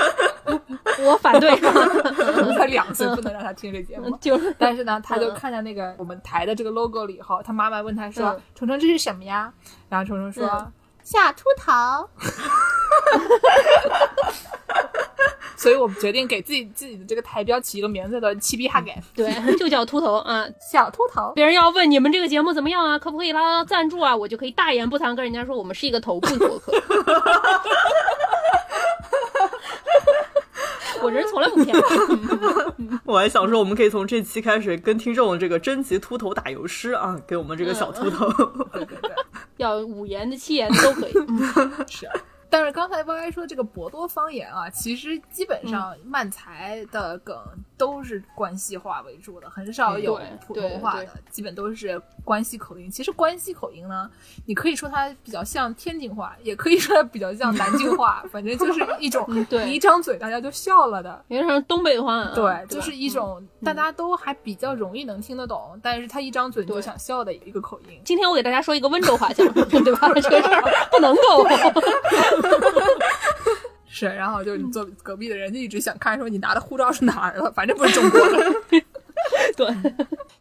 B: 我反对，
A: 才两岁，不能让他听这节目。
B: 就是
A: 但是呢，他就看见那个我们台的这个 logo 了以后，他妈妈问他说
B: 嗯：“
A: 虫虫这是什么呀？”然后虫虫说
B: 嗯：“
A: 下秃头。”所以我们决定给自己自己的这个台标起一个名字叫“七逼哈给
B: 对，就叫秃头啊。
A: 小秃头
B: 别人要问你们这个节目怎么样啊，可不可以拉到赞助啊，我就可以大言不惭跟人家说我们是一个头部 博客。我人从来不骗人，
C: 我还想说，我们可以从这期开始跟听众这个征集秃头打油诗啊，给我们这
B: 嗯
C: 个小秃头。”，
A: 对对对。
B: 要五言的、七言的都可以。嗯
A: 但是刚才歪歪说这个博多方言啊，其实基本上
B: 嗯
A: 漫才的梗都是关西话为主的，很少有
B: 嗯对
A: 普通话
B: 对
A: 的，基本都是关西口音。其实关西口音呢，你可以说它比较像天津话，也可以说它比较像南京 话，反正就是一种
B: 嗯对
A: 你一张嘴大家就笑了的。
B: 有点像东北话、啊，
A: 对，就
B: 吧
A: 是一种
B: 嗯
A: 大家都还比较容易能听得懂，但是他一张嘴你就
B: 对
A: 想笑的一个口音。
B: 今天我给大家说一个温州话相声，对吧？这个事儿不能够。
A: 是，然后就是你坐隔壁的人就一直想看说你拿的护照是哪儿的，反正不是中国的。
B: 对，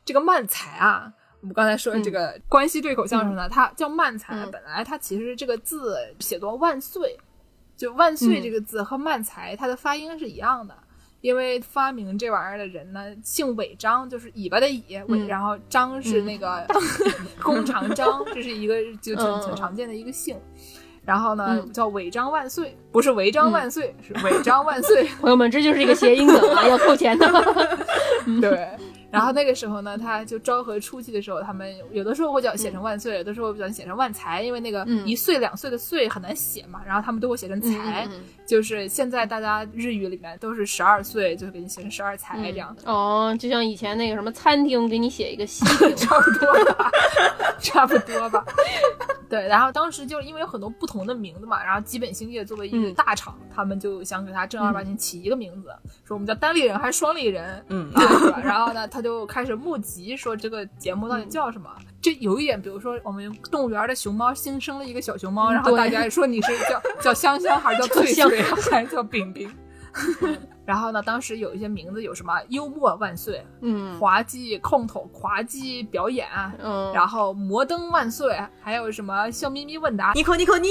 A: 这个慢才啊，我们刚才说的这个关西对口相声呢，它叫慢才。本来它其实这个字写作万岁，就万岁这个字和慢才它的发音是一样的。因为发明这玩意儿的人呢，姓尾张，就是尾巴的尾，尾然后张是那个 弓长张，这是一个就挺挺常见的一个姓。然后呢，叫尾张万岁，不是违章万岁，是尾张万岁。
B: 朋友们，这就是一个谐音梗啊，要扣钱的。
A: 对。 然后那个时候呢，他就昭和初期的时候，他们有的时候会叫写成万岁，有的时候会叫写成万财，因为那个一岁两岁的岁很难写嘛，然后他们都会写成财，就是现在大家日语里面都是十二岁，就给你写成十二财这样，
B: 哦，就像以前那个什么餐厅给你写一个西 饼，
A: 差不多吧，差不多吧。对，然后当时就是因为有很多不同的名字嘛，然后吉本兴业作为一个大厂，他们就想给他正儿八经起一个名字，说我们叫单立人还是双立人，
C: 嗯
A: 啊，是吧然后呢，他就开始募集，说这个节目到底叫什么。这有一点，比如说我们动物园的熊猫新生了一个小熊猫，然后
B: 对
A: 大家也说你是叫叫香香还是叫
B: 叫
A: 翠
B: 香
A: 翠还是叫饼饼。 然后呢，当时有一些名字有什么幽默万岁、
B: 嗯
A: 滑稽空头、滑稽表演，啊
B: 嗯，
A: 然后摩登万岁，还有什么笑眯眯问答。
C: 尼可尼可尼，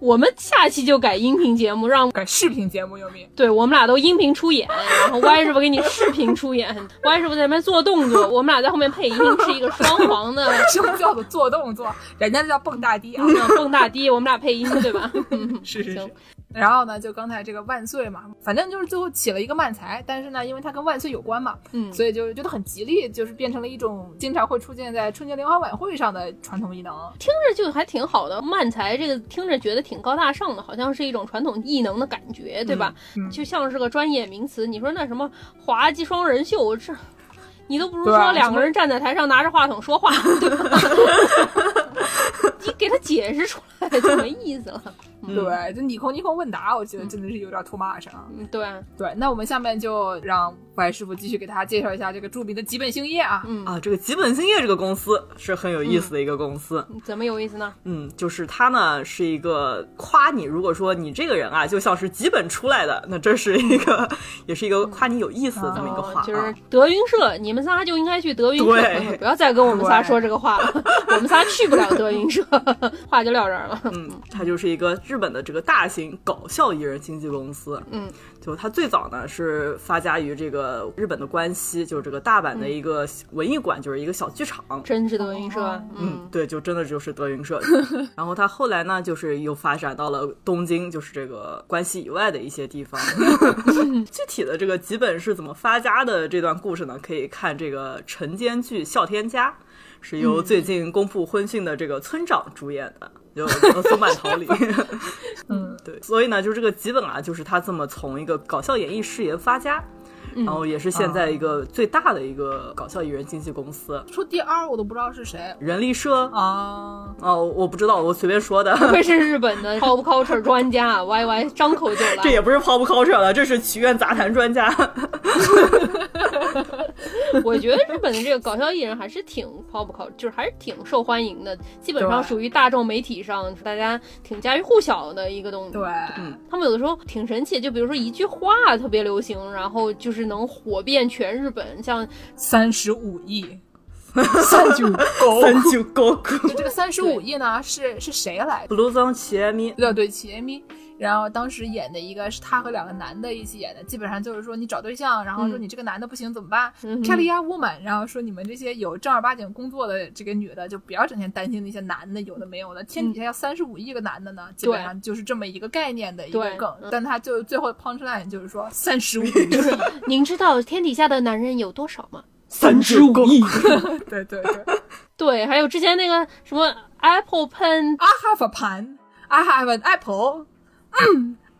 B: 我们下期就改音频节目，让
A: 改视频节目有没有？
B: 对我们俩都音频出演，然后歪师傅给你视频出演， 歪师傅在那边做动作，我们俩在后面配音，是一个双簧的
A: 什么叫做做动作？人家叫蹦大迪啊！
B: 嗯 蹦大迪，我们俩配音对吧？嗯
A: 是是是
B: 行。
A: 然后呢，就刚才这个万岁嘛，反正就是最后起了一个慢才，但是呢，因为它跟万岁有关嘛，
B: 嗯
A: 所以就觉得很吉利，就是变成了一种经常会出现在春节联欢晚会上的传统艺能。
B: 听着就还挺好的，慢才这个听着觉得挺高大上的，好像是一种传统艺能的感觉，对吧？
A: 嗯嗯
B: 就像是个专业名词。你说那什么滑稽双人秀，这你都不如
A: 对啊
B: 说两
A: 什
B: 个
A: 么
B: 人站在台上拿着话筒说话，对 吧？你给他解释出来就没意思了。
C: 嗯
A: 对，就你空你空问答，我觉得真的是有点 too much 啊。
B: 嗯，对啊，
A: 对，那我们下面就让白师傅继续给大家介绍一下这个著名的吉本兴业啊。
B: 嗯，
C: 啊，这个吉本兴业这个公司是很有意思的一个公司。
B: 怎么有意思呢？
C: 嗯，就是他呢是一个夸你，如果说你这个人啊，就像是几本出来的，那这是一个， 也是一个夸你有意思的这么一个话、
B: 哦
C: 啊，
B: 就是德云社，你们仨就应该去德云社，
C: 对
B: 不要再跟我们仨
A: 对
B: 说这个话 了，我们仨去不了德云社， 话就撂这儿了。
C: 嗯，它就是一个日本的这个大型搞笑艺人经纪公司。
B: 嗯，
C: 就它最早呢是发家于这个日本的关西，就是这个大阪
B: 嗯
C: 的一个文艺馆，就是一个小剧场。
B: 真是德云社，嗯
C: 嗯，对，就真的就是德云社。然后他后来呢，就是又发展到了东京，就是这个关西以外的一些地方。具体的这个几本是怎么发家的这段故事呢？可以看这个晨间剧《笑天家》，是由最近公布婚讯的这个村长主演的。就松坂桃李，
A: 嗯，
C: 对，所以呢，就是这个吉本啊，就是他这么从一个搞笑演艺事业发家，然后也是现在一个最大的一个搞笑艺人经纪公司，
A: 说第二我都不知道是谁
C: 人力社
A: 啊。
C: 哦，我不知道，我随便说的。
B: 不愧是日本的 pop culture 专家，Y Y 张口就来。
C: 这也不是 pop culture 了，这是曲苑杂谈专家。
B: 我觉得日本的这个搞笑艺人还是挺 pop culture，就是还是挺受欢迎的，基本上
A: 对
B: 属于大众媒体上大家挺家喻户晓的一个东西。
A: 对，
B: 他们有的时候挺神奇，就比如说一句话特别流行，然后就是能火遍全日本。像
A: 三十五亿， 三九狗。
C: 三九狗狗
A: 就这个三十五亿呢，是是谁来的？
C: ，Blue Zone 齐艾米，
A: 对对，齐 m 咪。然后当时演的一个是他和两个男的一起演的，基本上就是说你找对象，然后说
B: 嗯
A: 你这个男的不行怎么办
B: 嗯哼
A: ？Kelly 呀 woman，然后说你们这些有正儿八经工作的这个女的，就不要整天担心那些男的有的没有的，天底下要三十五亿个男的呢，基本上就是这么一个概念的一个
B: 对
A: 梗。但他就最后 punch line 就是说三 十五亿，
B: 您知道天底下的男人有多少吗？
C: 三只五亿，
A: 对对对
B: 对，还有之前那个什么 Apple Pen，
A: ，I have a pen, I have an apple,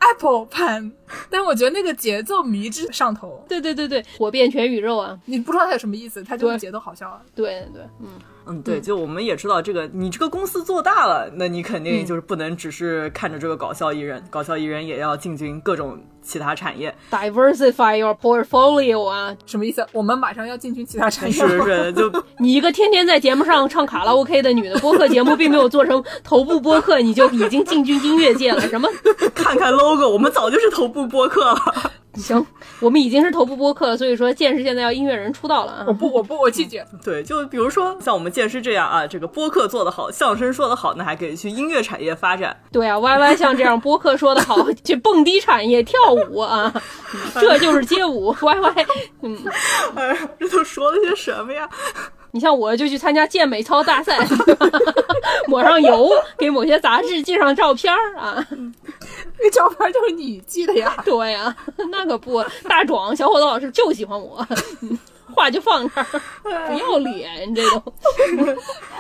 A: apple pen，但 我觉得那个节奏迷之上头。
B: 对对对对，火遍全宇宙啊！
A: 你不知道它有什么意思，它就是
B: 对
A: 节奏好笑。
B: 对对，嗯，
C: 嗯，对，就我们也知道这个，你这个公司做大了，那你肯定就是不能只是看着这个搞笑艺人， 搞笑艺人也要进军各种其他产业，
B: diversify your portfolio 啊！
A: 什么意思？我们马上要进军其他产业
C: 是
A: 了。
C: 是，就
B: 你一个天天在节目上唱卡拉 OK 的女的，播客节目并没有做成头部播客，你就已经进军音乐界了？什么？
C: 看看 logo，我们早就是头部播客了。
B: 行，我们已经是头部播客了，所以说见识现在要音乐人出道了啊
A: 我！不，我不，我拒
B: 嗯
A: 绝。
C: 对，就比如说像我们剑师这样啊，这个播客做得好，相声说得好，那还可以去音乐产业发展。
B: 对啊，Y Y 像这样播客说的好，去蹦迪产业跳舞 啊，这就是街舞。Y Y，嗯，
C: 哎呀，这都说了些什么呀？
B: 你像我就去参加健美操大赛， 抹上油，给某些杂志寄上照片儿啊！
A: 那照片就是你寄的 呀？
B: 对呀、那可不，大壮小伙子老师就喜欢我， 嗯话就放这儿，不要脸，这都。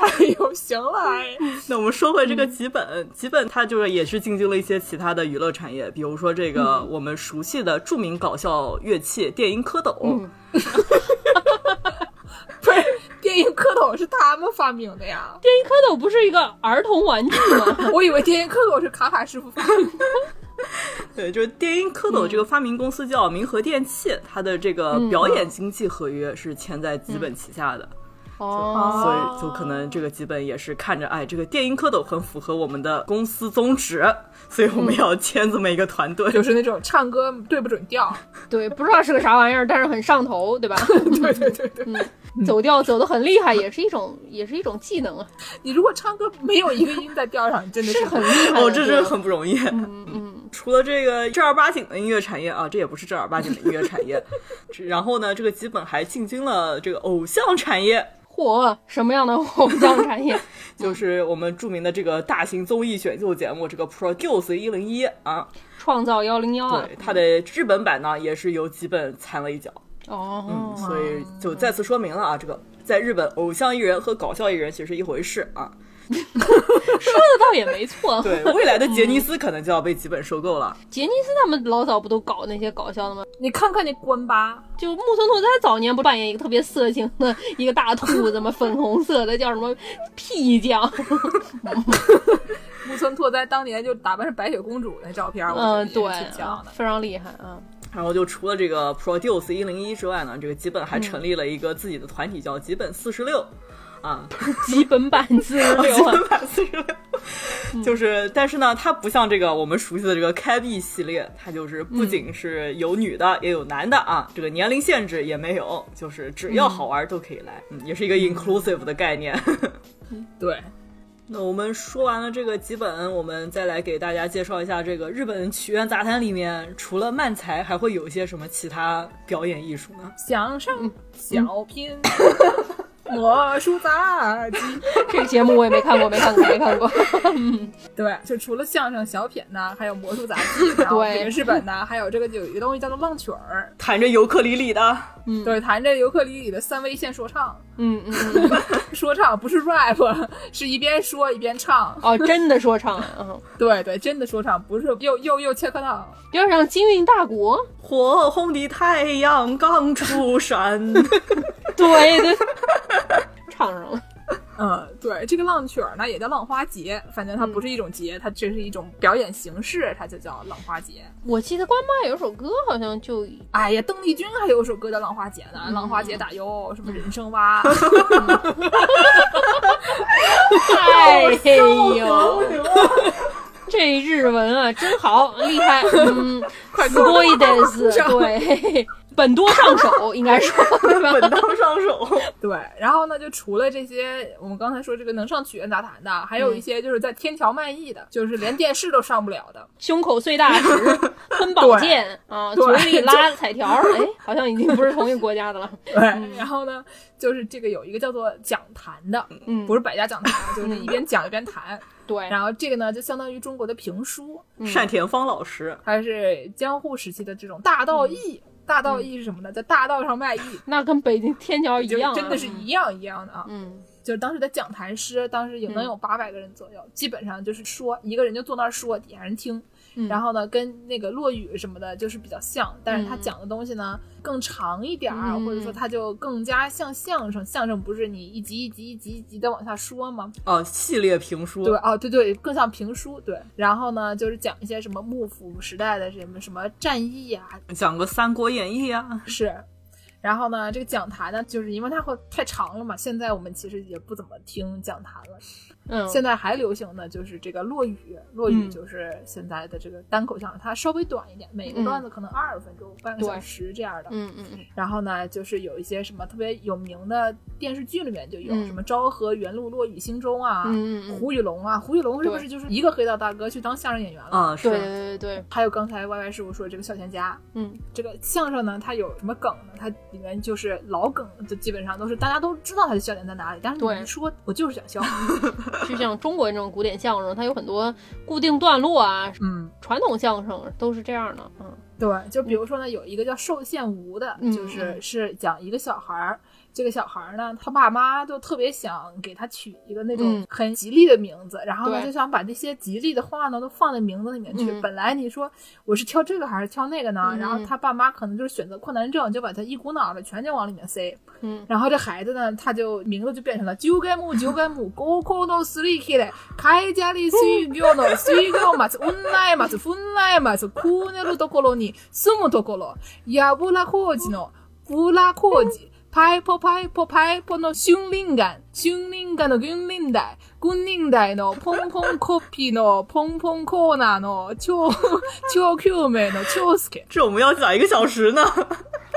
A: 哎呦，行了，哎
B: 嗯
C: 那我们说回这个吉本，吉本它就是也是进军了一些其他的娱乐产业，比如说这个我们熟悉的著名搞笑乐器电音蝌蚪。
A: 不是电音蝌蚪是他们发明的呀？
B: 电音蝌蚪不是一个儿童玩具吗？
A: 我以为电音蝌蚪是卡卡师傅发明的。
C: 对，就是电音蝌蚪这个发明公司叫明和电器，它的这个表演经纪合约是签在吉本旗下的，
B: 哦，
C: 所以就可能这个吉本也是看着，哎，这个电音蝌蚪很符合我们的公司宗旨，所以我们要签这么一个团队。
A: 就是那种唱歌对不准调，
B: 对，不知道是个啥玩意儿，但是很上头，对吧？
A: 对对对对，
B: 嗯走调走得很厉害，也是一种，也是一种技能啊，
A: 你如果唱歌没有一个音在调上，真的
B: 是很厉害的。
C: 哦，这
B: 对
C: 是
B: 吧
C: 很不容易。嗯嗯。 除了这个正儿八经的音乐产业啊，这也不是正儿八经的音乐产业。然后呢，这个吉本还进军了这个偶像产业，
B: 嚯，什么样的偶像产业？
C: 就是我们著名的这个大型综艺选秀节目这个 Produce 一零一啊。
B: 创造幺零幺啊
C: 对，，它的日本版呢也是由吉本掺了一脚，
B: 哦，
C: 所以就再次说明了啊，这个在日本偶像艺人和搞笑艺人其实是一回事啊。
B: 说的倒也没错。
C: 对，未来的杰
B: 嗯
C: 尼斯可能就要被吉本收购了。
B: 杰尼斯他们老早不都搞那些搞笑的吗？
A: 你看看那关吧，
B: 就木村拓哉早年不扮演一个特别色情的一个大兔子吗？粉红色的叫什么屁 酱？
A: 木村拓哉当年就打扮成白雪公主那照片，我觉得
B: 嗯，
A: 也是
B: 对
A: 挺像，的。
B: 非常厉害啊。
C: 然后就除了这个 Produce 一零一之外呢，这个吉本还成立了一个自己的团体，叫吉本四十六。啊，
B: 基本版自 由
C: 吉
B: 流啊，
C: 哦本版四十六， 就是，但是呢，它不像这个我们熟悉的这个开闭系列，它就是不仅是有女的，也有男的啊，这个年龄限制也没有，就是只要好玩都可以来，嗯，也是一个 inclusive 的概念。
A: 对，
C: 那我们说完了这个吉本，我们再来给大家介绍一下这个日本曲苑杂谈里面，除了漫才，还会有一些什么其他表演艺术呢？
A: 想
B: 嗯
A: 上小品，魔术杂技。
B: 这个节目我也没看过，没看过，没看过。
A: 对，就除了相声、小品呐，还有魔术杂技，然后这个日本呐，还有这个有一个东西叫做浪曲儿，
C: 弹着尤克里里的，
A: 对，弹着尤克里里的三位一线说唱，
B: 嗯嗯嗯，
A: 说唱不是 rap，是 一边说一边唱，
B: 哦，真的说唱啊，嗯
A: 对对，真的说唱，不是又又又切克闹，
B: 有点像金韵大鼓。
C: 火红的太阳刚出 山，
B: 对对，唱上了。
A: 嗯，对，这个浪曲儿呢也叫浪花节，反正它不是一种节，它这是一种表演形式，它就叫浪花节。
B: 我记得关妈有首歌，好像就
A: 哎呀，邓丽君还有首歌叫《浪花节》呢，浪花节打哟，什么人生蛙，
B: 哎呦，这日文啊真好，厉害，嗯，快多一 dance，对，本多上手应该说对吧？
C: 本当上手。
A: 对，然后呢，就除了这些，我们刚才说这个能上曲苑杂谈的，还有一些就是在天桥卖艺的，就是连电视都上不了的。
B: 胸口碎大石，吞宝剑啊，
A: 对
B: 嘴里拉彩条，哎，好像已经不是同一个国家的了。
A: 对，然后呢，就是这个有一个叫做讲坛的，
B: 嗯
A: 不是百家讲坛，啊就是一边讲一边谈。
B: 对，
A: 然后这个呢，就相当于中国的评书，
C: 单田芳老师，
A: 它是江户时期的这种大道艺。
B: 嗯
A: 大道艺是什么呢？在大道上卖艺，
B: 那跟北京天桥一
A: 就
B: 样啊，
A: 真的是一样一样的啊。
B: 嗯，
A: 就是当时的讲坛师，当时有能有八百个人左右，基本上就是说一个人就坐那儿说，底下人听。
B: 嗯
A: 然后呢，跟那个落雨什么的，就是比较像，但是他讲的东西呢、更长一点儿，
B: 嗯
A: 或者说他就更加像相声。相声不是你一集一集一集一集的往下说吗？
C: 哦，系列评书，
A: 对，哦，对对，更像评书。对，然后呢，就是讲一些什么幕府时代的什么什么战役啊，
C: 讲个《三国演义》啊，
A: 是。然后呢，这个讲坛呢，就是因为它会太长了嘛，现在我们其实也不怎么听讲坛了。
B: 嗯，
A: 现在还流行的就是这个落雨，落雨就是现在的这个单口相声，它稍微短一点，每个段子可能二十分钟、半个小时这样的。
B: 嗯嗯
A: 然后呢，就是有一些什么特别有名的电视剧里面就有，
B: 嗯
A: 什么昭和元禄落雨心中啊，
B: 嗯嗯嗯，
A: 胡宇龙啊，胡宇龙是不是
B: 对嗯
A: 就是一个黑道大哥去当相声演员了？
C: 啊，是
B: 对对对对，
A: 还有刚才 Y Y 师傅说这个笑钱家，
B: 嗯
A: 这个相声呢，它有什么梗呢？它里面就是老梗，就基本上都是大家都知道它的笑点在哪里，但是
B: 对
A: 你一说，我就是想笑。
B: 就像中国这种古典相声，它有很多固定段落啊，
A: 嗯，
B: 传统相声都是这样的，嗯
A: 对，就比如说呢，有一个叫《寿县吴》的，
B: 嗯
A: 就是是讲一个小孩儿。这个小孩儿呢，他爸妈就特别想给他取一个那种
B: 嗯
A: 很吉利的名字，然后呢
B: 对
A: 就想把这些吉利的话呢都放在名字里面去。
B: 嗯
A: 本来你说我是挑这个还是挑那个呢？
B: 嗯
A: 然后他爸妈可能就是选择困难症，就把他一股脑的全就往里面塞。
B: 嗯，
A: 然后这孩子呢，他就名字就变成了九盖木九盖木 高考のすりきれ会社に水業 の水業を待つ運内待つ分内待つこうなるところに住むところやぶら工事のぶら工事パイポパイポパイポの春林岩春林岩の軍林台軍林台のポンポンコピーのポンポンコーナーの超超救命の長介
C: 这我们要讲一个 小时呢。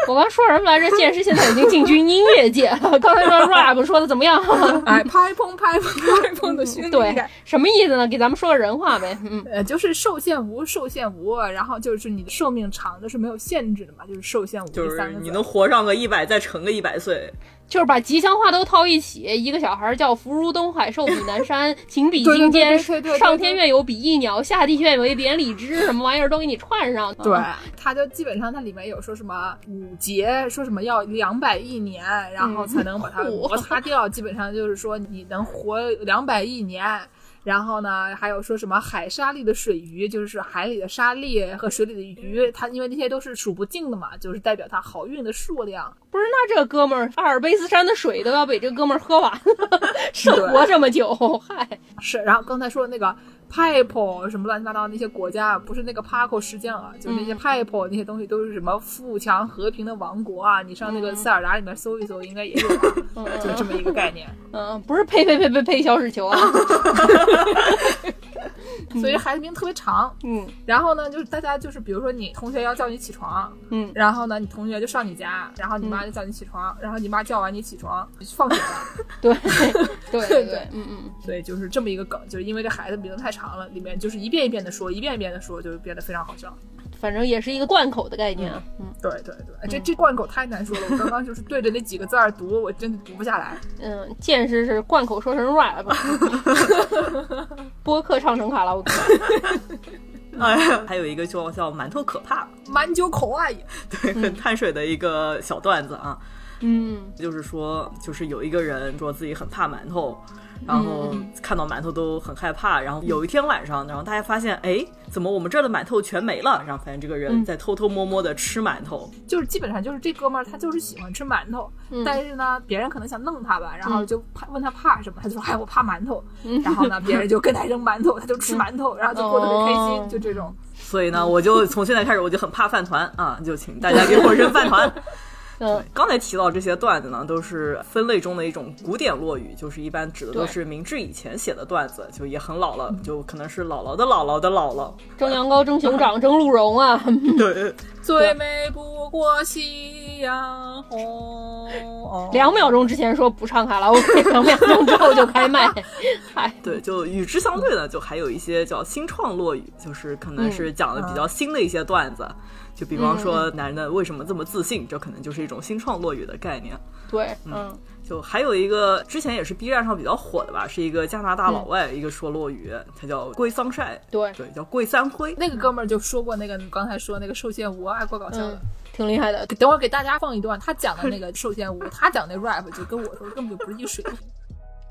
B: 我刚说什么来着？剑师现在已经进军音乐界了，刚才说 rap 说的怎 么样？
A: 哎拍砰拍砰拍砰的训练
B: 对，什么意思呢？给咱们说个人话呗，嗯
A: 呃，就是寿限无，寿限无，然后就是你的寿命长的是没有限制的嘛，就是寿限无
C: 就
A: 这
C: 是
A: 三个
C: 你
A: 字。
C: 能活上个一百，再乘个一百岁，
B: 就是把吉祥话都套一起，一个小孩叫福如东海，寿比南山，情比
A: 对对对
B: 金坚
A: 对对对对，
B: 上天愿有比翼鸟，下地愿为连理枝，什么玩意儿都给你串上。
C: 啊
A: 对，它就基本上它里面有说什么五节，说什么要两百亿年，然后才能把它
B: 嗯
A: 摩擦掉。基本上就是说你能活两百亿年。然后呢，还有说什么海沙粒的水鱼，就是海里的沙粒和水里的鱼，它因为那些都是数不尽的嘛，就是代表它好运的数量。
B: 不是，那这哥们儿阿尔卑斯山的水都要被这哥们儿喝 完了，生活这么久，嗨，
A: 是，然后刚才说的那个 pipe 什么乱七八糟那些国家，不是那个 Paco 石匠啊，就是那些 pipe 那些东西都是什么富强和平的王国啊，你上那个塞尔达里面搜一搜，应该也有、啊，就这么一个概念。
B: 嗯，不是呸呸呸呸呸，小屎 球啊，
A: 所以这孩子名特别长。
B: 嗯
A: 然后呢，就是大家就是比如说你同学要叫你起床，
B: 嗯，
A: 然后呢你同学就上你家，然后你妈就叫你起床，然后你妈叫完你起床，你去放学了。
B: 对对对
A: 对
B: 对，嗯嗯，
A: 对，就是这么一个梗，就是因为这孩子名字太长了，里面就是一遍一遍的说，一遍一遍的说，就变得非常好笑。
B: 反正也是一个贯口的概念，嗯
A: 对对对，哎这这贯口太难 说了，我刚刚就是对着那几个字儿读，我真的读不下来。
B: 嗯，见识是贯口说成 rap，播 客唱成卡拉 OK，
A: 嗯
C: 哎呀，还有一个叫叫馒头可怕，
A: 满九口啊，
C: 对，很 碳水的一个小段子啊，
B: 嗯
C: 就是说，就是有一个人说自己很怕馒头。然后看到馒头都很害怕，然后有一天晚上，然后大家发现，哎，怎么我们这儿的馒头全没了？然后发现这个人在偷偷摸摸的吃馒头，
A: 就是基本上就是这哥们儿他就是喜欢吃馒头，
B: 嗯
A: 但是呢，别人可能想弄他吧，然后就怕问他怕什么，他就说哎我怕馒头，
B: 嗯
A: 然后呢别人就跟他扔馒头，他就吃馒 头，然后就过得很开
B: 哦
A: 心，就这种。
C: 所以呢，我就从现在开始我就很怕饭团啊，就请大家给我扔饭团。
B: 嗯
C: 刚才提到这些段子呢，都是分类中的一种古典落语，就是一般指的都
B: 对
C: 是明治以前写的段子，就也很老了，就可能是姥姥的姥姥的姥姥。
B: 蒸羊羔、蒸熊掌、蒸鹿茸啊，
C: 对，
A: 最美不过夕阳红。
B: 两秒钟之前说不唱卡拉 OK，两 秒钟之后就开 麦，嗨，
C: 对，就与之相对呢，就还有一些叫新创落语，就是可能是讲的比较新的一些段子，就比方说男的为什么这么自信，这可能就是一种新创落语的概念。
B: 对，嗯
C: 就还有一个之前也是 B 站上比较火的吧，是一个加拿大老外，一个说落语，他叫龟桑晒，
B: 对，
C: 对，叫龟三灰。
A: 那个哥们儿就说过那个你刚才说那个寿县吴爱过搞笑的
B: 嗯，，挺厉害的，
A: 等会儿给大家放一段他讲的那个寿县吴，他讲那 rap 就跟我说根本就不是一水平。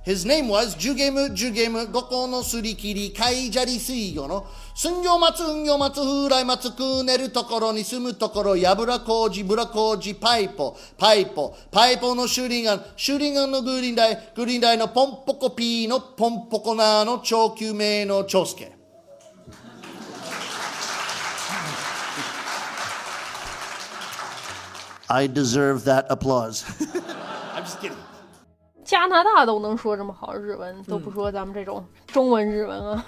D: His name was Jugemu Jugemu Gokono Surikiri Kaijari Suigo no Sunyo Matsu Unyo Matsu Furai Matsu Kuneru Tokoro ni Sumu Tokoro Yabura Koji Bura Koji Paipo Paipo Paipo no Shuringan Shuringan no Gurindai Gurindai no Pompoko P no Pompoko Na no Chokyume no Chosuke 。I deserve that applause. I'm just kidding.
B: 加拿大都能说这么好日文，都不说咱们这种中文日文啊。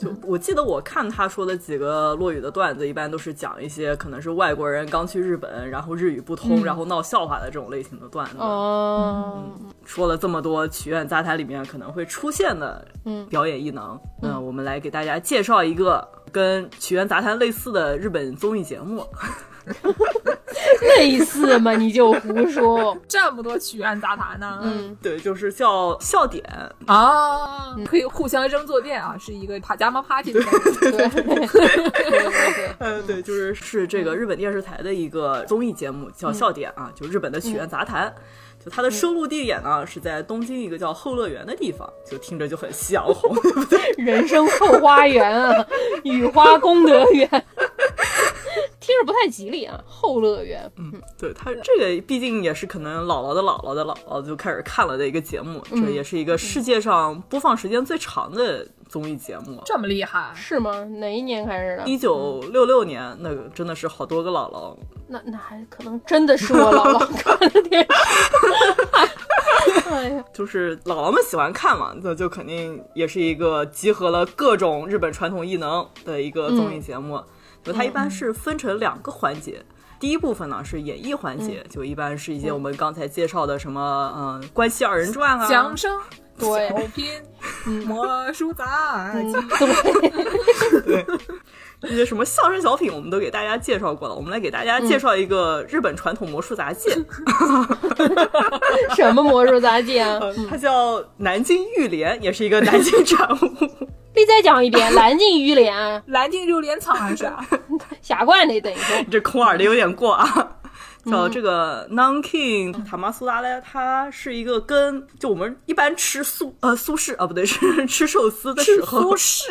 C: 就我记得我看他说的几个落语的段子，一般都是讲一些可能是外国人刚去日本，然后日语不通，然后闹笑话的这种类型的段子。
B: 哦 嗯，
C: 说了这么多曲苑杂谈里面可能会出现的
B: 嗯
C: 表演艺能，嗯、我们来给大家介绍一个跟曲苑杂谈类似的日本综艺节目。
B: 类似嘛，你就胡说。
A: 这么多曲苑杂谈呢？
B: 嗯，
C: 对，就是叫笑点，
A: 啊，可以互相扔坐垫啊，是一个帕加妈 party 的感觉。
B: 对对对对，
C: 嗯，对，就是是这个日本电视台的一个综艺节目，叫《笑点》啊，就日本的曲苑杂谈。就它的收录地点呢是在东京一个叫后乐园的地方，就听着就很西洋 红，对不对？
B: 人生后花园 啊，雨花功德园， 听着不太吉利啊。后乐园，
C: 对它这个毕竟也是可能姥姥的姥姥的姥姥就开始看了的一个节目，这也是一个世界上播放时间最长的综艺节目。
A: 这么厉害，
B: 是吗？哪一年开始的？
C: 一九六六年，那个真的是好多个姥姥，
B: 那那还可能真的是我姥 姥看的电视。哎呀，
C: 就是姥姥们喜欢看嘛，那就肯定也是一个集合了各种日本传统艺能的一个综艺节目。就它一般是分成两个环节，第一部分呢是演绎环节，就一般是一些我们刚才介绍的什么嗯、关系二人转啊，
A: 相声、
B: 对
A: 小品、魔术杂技，
C: 一些什么相声小品，我们都给大家介绍过了。我们来给大家介绍一个日本传统魔术杂 技，
B: 什么魔术杂技啊？
C: 呃它叫南京玉莲，也是一个南京产物。
B: 你再讲一 遍，蓝镜鱼 脸，
A: 蓝鲸榴莲草还是啊啥？
B: 下冠那等于说，
C: 这空耳的有点过啊。 叫这个 Non King 塔玛苏达嘞，它是一个跟就我们一般吃素呃苏式啊不对是吃寿司的时候
A: 不，是。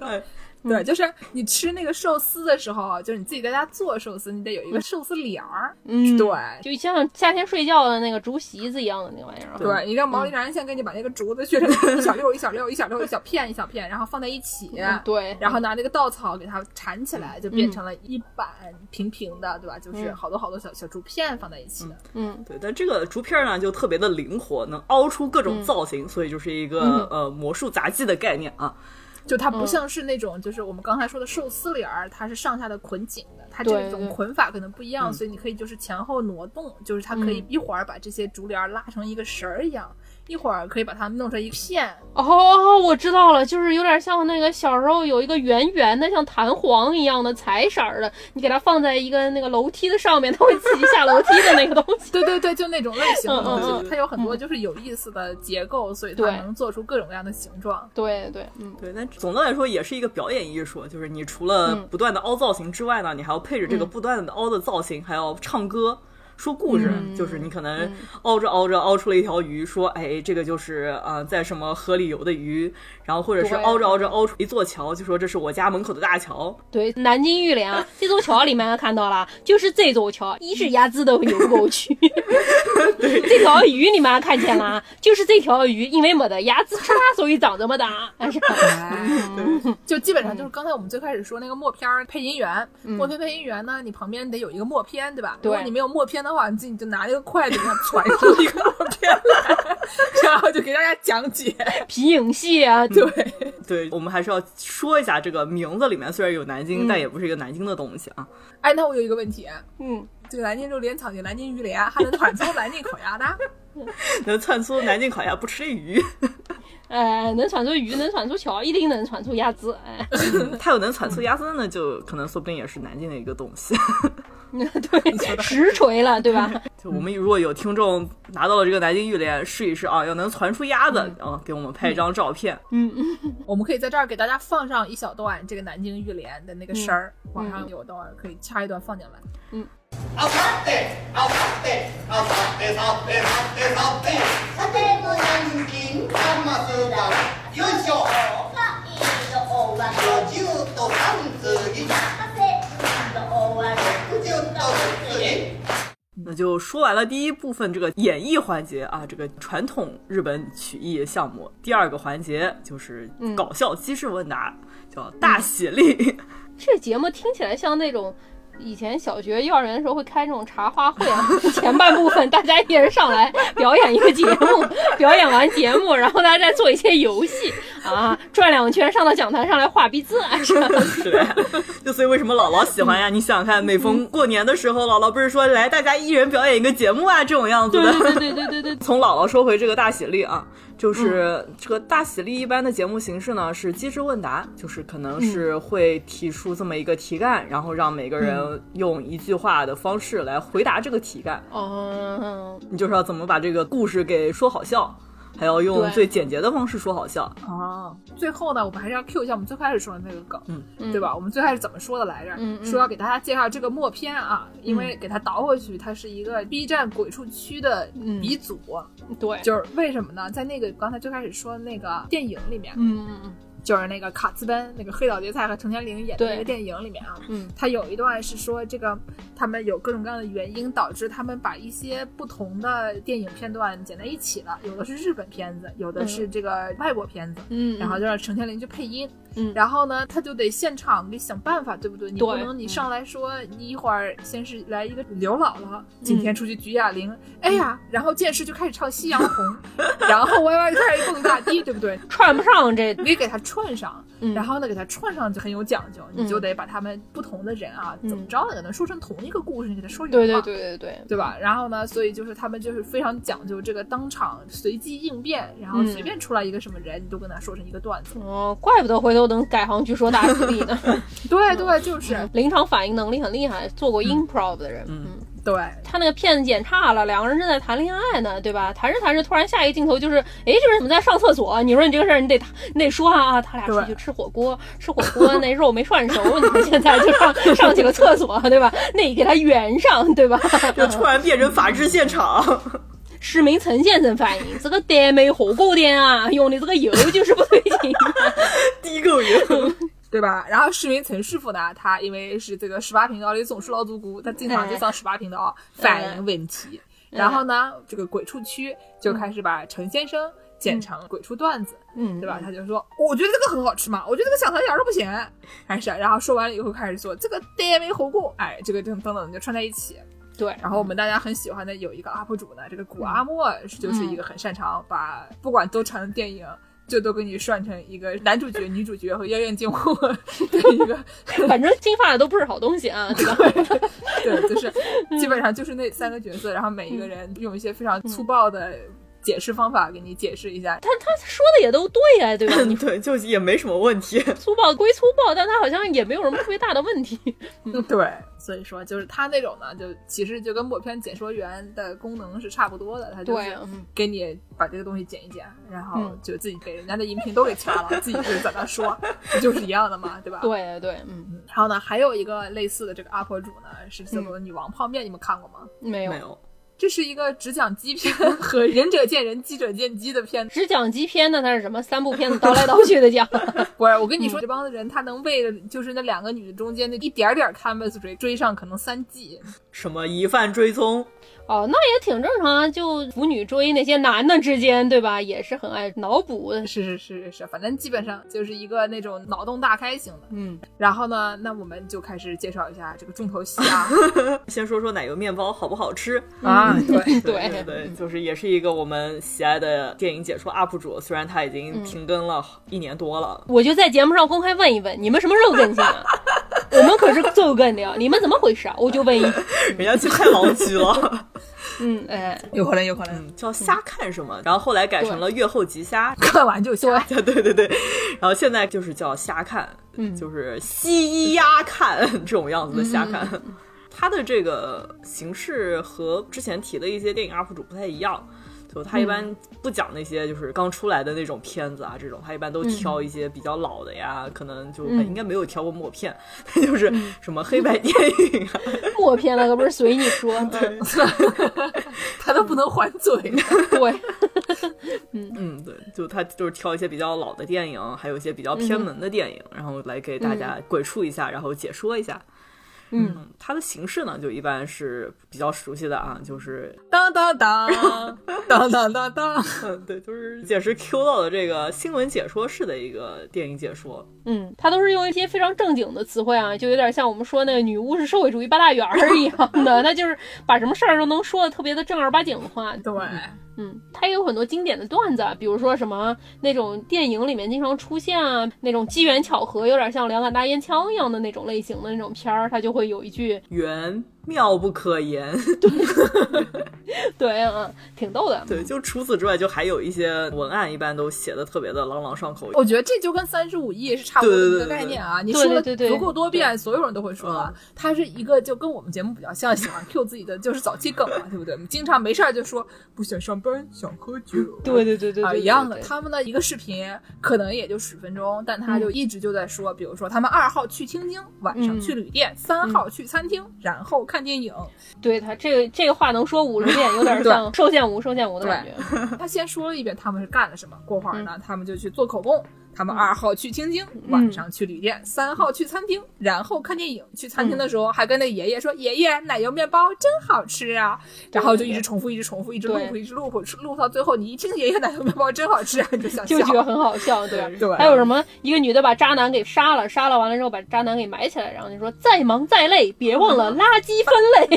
C: 哎
A: 对，就是你吃那个寿司的时候，啊就是你自己在家做寿司，你得有一个寿司帘儿。
B: 嗯，
A: 对，
B: 就像夏天睡觉的那个竹席子一样的那个玩意儿啊。
A: 对，你让毛利长先给你把那个竹子削成一小溜儿一小溜儿一小溜儿一小片一小片，然后放在一起。
B: 嗯对，嗯
A: 然后拿那个稻草给它缠起来，就变成了一板平平的，对吧？就是好多好多小小竹片放在一起的。
B: 嗯，
C: 对，但这个竹片儿呢就特别的灵活，能凹出各种造型，所以就是一个呃魔术杂技的概念啊。
A: 就它
B: 嗯
A: 不像是那种，就是我们刚才说的寿司帘儿，它是上下的捆紧的，它
B: 对
A: 这种捆法可能不一样，
C: 嗯
A: 所以你可以就是前后挪动，就是它
B: 嗯
A: 可以一会儿把这些竹帘儿拉成一个绳儿一样，一会儿可以把它弄成一片。
B: 哦，我知道了，就是有点像那个小时候有一个圆圆的，像弹簧一样的彩色儿的，你给它放在一个那个楼梯的上面，它会自己下楼梯的那个东西。
A: 对对对，就那种类型的
B: 嗯嗯
A: 东西，
B: 嗯
A: 它有很多就是有意思的结构，所以它
B: 对
A: 能做出各种各样的形状。
B: 对对，嗯，
C: 对，但总的来说也是一个表演艺术，就是你除了
B: 嗯
C: 不断的凹造型之外呢，你还要配着这个不断的凹的造型，还要唱歌。说故事，
B: 嗯
C: 就是你可能凹着凹着凹出了一条鱼，说哎，这个就是呃在什么河里游的鱼，然后或者是
B: 对
C: 凹着凹着凹出一座桥，就说这是我家门口的大桥，
B: 对，南京玉莲啊，这座桥里面看到了，就是这座桥，一是鸭子都游过去，这条鱼你们看见了啊，就是这条鱼，因为没得鸭子吃它，所以长这么大。哎呀，
A: 就基本
B: 嗯
A: 上就是刚才我们最开始说那个默片儿配音员，默片配音员呢，你旁边得有一个默片，对吧？
B: 对
A: 如果你没有默片的话，你自己就拿那个筷子给它传出一个默片来， 然后就给大家讲解。
B: 皮影戏啊，对，
C: 对我们还是要说一下这个名字里面虽然有南京，但也不是一个南京的东西啊。
A: 哎，那我有一个问题，
B: 嗯，
A: 这个南京榴莲草，这南京鱼莲，还能团出南京烤鸭呢？
C: 那窜出南京烤鸭不吃这鱼，
B: 呃，能窜出鱼，能窜出桥，一定能窜出鸭子。哎，
C: 它有能窜出鸭子呢，就可能说不定也是南京的一个东西。
B: 对，实锤了，对吧？
C: 就我们如果有听众拿到了这个南京玉莲，试一试啊，要能传出鸭子，
B: 嗯
C: 啊，给我们拍一张照片。嗯
A: 我们可以在这儿给大家放上一小段这个南京玉莲的那
B: 嗯
A: 个声儿，网上有，等会儿可以掐一段放进来。
E: I'll stop there. I'll stop there. I'll stop there. I'll stop there. I'll stop there. I'll there. I'll there.
C: 那就说完了第一部分这个演绎环节啊，这个传统日本曲艺项目。第二个环节就是
B: 嗯
C: 搞笑机智问答，叫大喜力。
B: 这节目听起来像那种以前小学、幼儿园的时候会开这种茶话会 啊，前半部分大家一人上来表演一个节目，表演完节目，然后大家再做一些游戏啊，转两圈上到讲台上来画鼻子啊什 么的。
C: 是的呀，就所以为什么姥姥喜
B: 嗯
C: 欢呀？你想想看，每逢过年的时候，姥姥不是说来大家一人表演一个节目啊，这种样子
B: 对
C: 的。
B: 对对对对对对，
C: 从姥姥说回这个大喜力啊，就是
B: 嗯
C: 这个大喜力一般的节目形式呢是机智问答，就是可能是
B: 嗯
C: 会提出这么一个题干，然后让每个
B: 嗯
C: 人用一句话的方式来回答这个题干。
B: 哦，
C: 你就是要怎么把这个故事给说好笑，还要用
B: 对嗯
C: 最简洁的方式说好笑。
A: 哦，最后呢，我们还是要 Q 一下我们最开始说的那个梗，
C: 嗯
A: 对吧？我们最开始怎么说的来着？
B: 嗯嗯
A: 说要给大家介绍这个默片啊，因为给它倒回去，它是一个 B 站鬼畜区的鼻祖，
B: 嗯对，
A: 就是为什么呢？在那个刚才最开始说的那个电影里面，
B: 嗯嗯嗯，
A: 就是那个卡兹班那个黑岛结菜和程天绫演的
B: 对
A: 那个电影里面啊，
B: 嗯，
A: 它有一段是说这个他们有各种各样的原因导致他们把一些不同的电影片段剪在一起了，有的是日本片子，有的是这个外国片子，
B: 嗯，
A: 然后就让程天绫去配音，
B: 嗯
A: 然后呢，他就得现场给想办法，对不对？你
B: 对嗯
A: 不能你上来说，你一会儿先是来一个刘姥姥，
B: 嗯
A: 今天出去举哑铃，哎呀，然后剑士就开始唱《夕阳红》， 然后歪歪就开始蹦 大迪，对不对？
B: 串不上这，
A: 你得给它串上，
B: 嗯
A: 然后呢，给它串上就很有讲究，
B: 嗯
A: 你就得把他们不同的人啊，
B: 嗯
A: 怎么着也能说成同一个故事，你给它说圆
B: 对对
A: 嘛
B: 对对对，
A: 对吧？然后呢，所以就是他们就是非常讲究这个当场随机应变，然后
B: 嗯
A: 随便出来一个什么人，你都跟他说成一个段子。
B: 哦，怪不得回头能改行去说大吉利呢，
A: 对对，就是、
B: 临场反应能力很厉害，做过 improv 的人，
C: 嗯
B: 嗯
A: 对，
B: 他那个片子演差了，两个人正在谈恋爱呢，对吧？谈着谈着，突然下一个镜头就是，哎，这个人怎么在上厕所？你说你这个事儿，你得你得说啊啊，他俩出去吃火锅，吃火锅那肉没涮熟，你们现在就上上几个厕所，对吧？ 那你给他圆上，对吧？
C: 就突然变成法制现场，
B: 市民陈先生反映，这个店没火锅店啊，用的这个油就是不对劲。
C: 低个人。
A: 对吧？然后市民陈师傅呢，他因为是这个十八频道里总是老独孤，他经常就上十八频道反映问题。然后呢，这个鬼畜区就开始把陈先生剪成鬼畜段子，
B: 嗯，
A: 对吧？？他就说，我觉得这个很好吃嘛，我觉得这个小糖一点儿都不咸。开始，啊然后说完了以后开始说这个 DNA 火锅，哎，这个等等等就串在一起。
B: 对，
A: 然后我们大家很喜欢的有一个 UP 主呢，这个古阿莫就是一个很擅长把不管多长的电影。就都给你涮成一个男主角、女主角和妖艳贱货的一个，
B: 反正金发的都不是好东西啊，对吧？
A: 对，就是基本上就是那三个角色，然后每一个人用一些非常粗暴的解释方法给你解释一下，
B: 他他说的也都对啊，对吧？你
C: 对，就也没什么问题。
B: 粗暴归粗暴，但他好像也没有什么特别大的问题。
A: 对，所以说就是他那种呢，就其实就跟默片解说员的功能是差不多的，他就
B: 对
A: 是，
B: 嗯
A: 给你把这个东西剪一剪，然后
B: 嗯
A: 就自己给人家的音频都给掐 了，自己就在那说，不就是一样的嘛，对吧？。
B: 对对，嗯，
A: 然后呢，还有一个类似的这个 UP 主呢，是叫做女王泡面，你们看过吗？
B: 没有
C: 没。有，
A: 这是一个只讲鸡片 和仁者见仁，鸡者见鸡的片子。
B: 只讲鸡片呢，那是什么？三部片子倒来倒去的讲，
A: 不是，我跟你说，这帮人他能为了就是那两个女的中间那一点点 canvas 追追上可能三季，
C: 什么疑犯追踪，
B: 哦，那也挺正常啊。就腐女追那些男的之间，对吧？也是很爱脑补的。
A: 是是是是是，反正基本上就是一个那种脑洞大开型的。
B: 嗯，
A: 然后呢，那我们就开始介绍一下这个重头戏 啊
C: 先说说奶油面包好不好吃？
A: 啊，对，
B: 对
C: 对对，就是也是一个我们喜爱的电影解说 UP 主，虽然他已经停更了一年 多了，
B: 我就在节目上公开问一问，你们什么时候更新啊？我们可是周更的呀，你们怎么回事啊？我就问一，
C: 人家去太狼居了，
B: 嗯，哎，
A: 有可能有可能，
C: 嗯，叫瞎看什么，然后后来改成了月后即瞎，
A: 看完就下。
C: 对 对对对，然后现在就是叫瞎看，
B: 嗯
C: 就是西压看这种样子的瞎
B: 嗯
C: 看。它的这个形式和之前提的一些电影 UP 主不太一样，就他一
B: 嗯
C: 般不讲那些就是刚出来的那种片子啊，这种他一般都挑一些比较老的呀，可能就、哎
B: 嗯
C: 应该没有挑过默片， 就是什么黑白电影啊，
B: 默片那可不是随你说，嗯
A: 他都不能还嘴了。
B: 对，
C: 嗯，对，就他就是挑一些比较老的电影，还有一些比较偏门的电影，然后来给大家鬼畜一下，然后解说一下。嗯，它的形式呢，就一般是比较熟悉的啊，就是当当当当当当当，嗯对，就是也是 Q 到的这个新闻解说式的一个电影解说，
B: 嗯，他都是用一些非常正经的词汇啊，就有点像我们说那个女巫是社会主义八大员儿一样的，那就是把什么事儿都能说的特别的正儿八经的话。
A: 对，
B: 嗯，他也有很多经典的段子啊，比如说什么那种电影里面经常出现啊，那种机缘巧合，有点像两杆大烟枪一样的那种类型的那种片儿，他就会有一句
C: 缘妙不可言。
B: 对啊，挺逗的。
C: 对，就除此之外，就还有一些文案，一般都写的特别的朗朗上口。
A: 我觉得这就跟三十五亿是差不多的一个概念啊。你说
B: 对嗯
A: 了
B: 对对
A: 足够多遍，所有人都会说了。它是一个就跟我们节目比较像，喜欢 Q 自己的就是早期梗嘛，啊对不对？我们经常没事儿就说不想上班，想喝酒。
B: 对对对对
A: 啊，
B: 对，
A: 一样的。
B: 对
A: 他们的一个视频可能也就十分钟，但他就一直就在说，比如说他们二号去听经，晚上
B: 嗯
A: 去旅店，三号去餐厅，然后看电影。
B: 对他这个这个话能说五十遍，有 点
A: 对
B: 像寿县无寿县无的感觉。
A: 他先说了一遍他们是干了什么，过会儿
B: 嗯
A: 呢，他们就去做口供。他们二号去听经，晚上去旅店；三号去餐厅，然后看电影。去餐厅
B: 嗯
A: 的时候还跟那爷爷说：“爷爷，奶油面包真好吃啊！”然后就一直重复，一直重复，一直 loop，
B: 对
A: 一直 loop，录到最后，你一听爷爷奶油面包真好吃啊，你就想
B: 就觉得
A: 笑。
B: 很好笑，对
A: 对
B: 还有什么一个女的把渣男给杀了，杀了完了之后把渣男给埋起来，然后就说再忙再累，别忘了垃圾分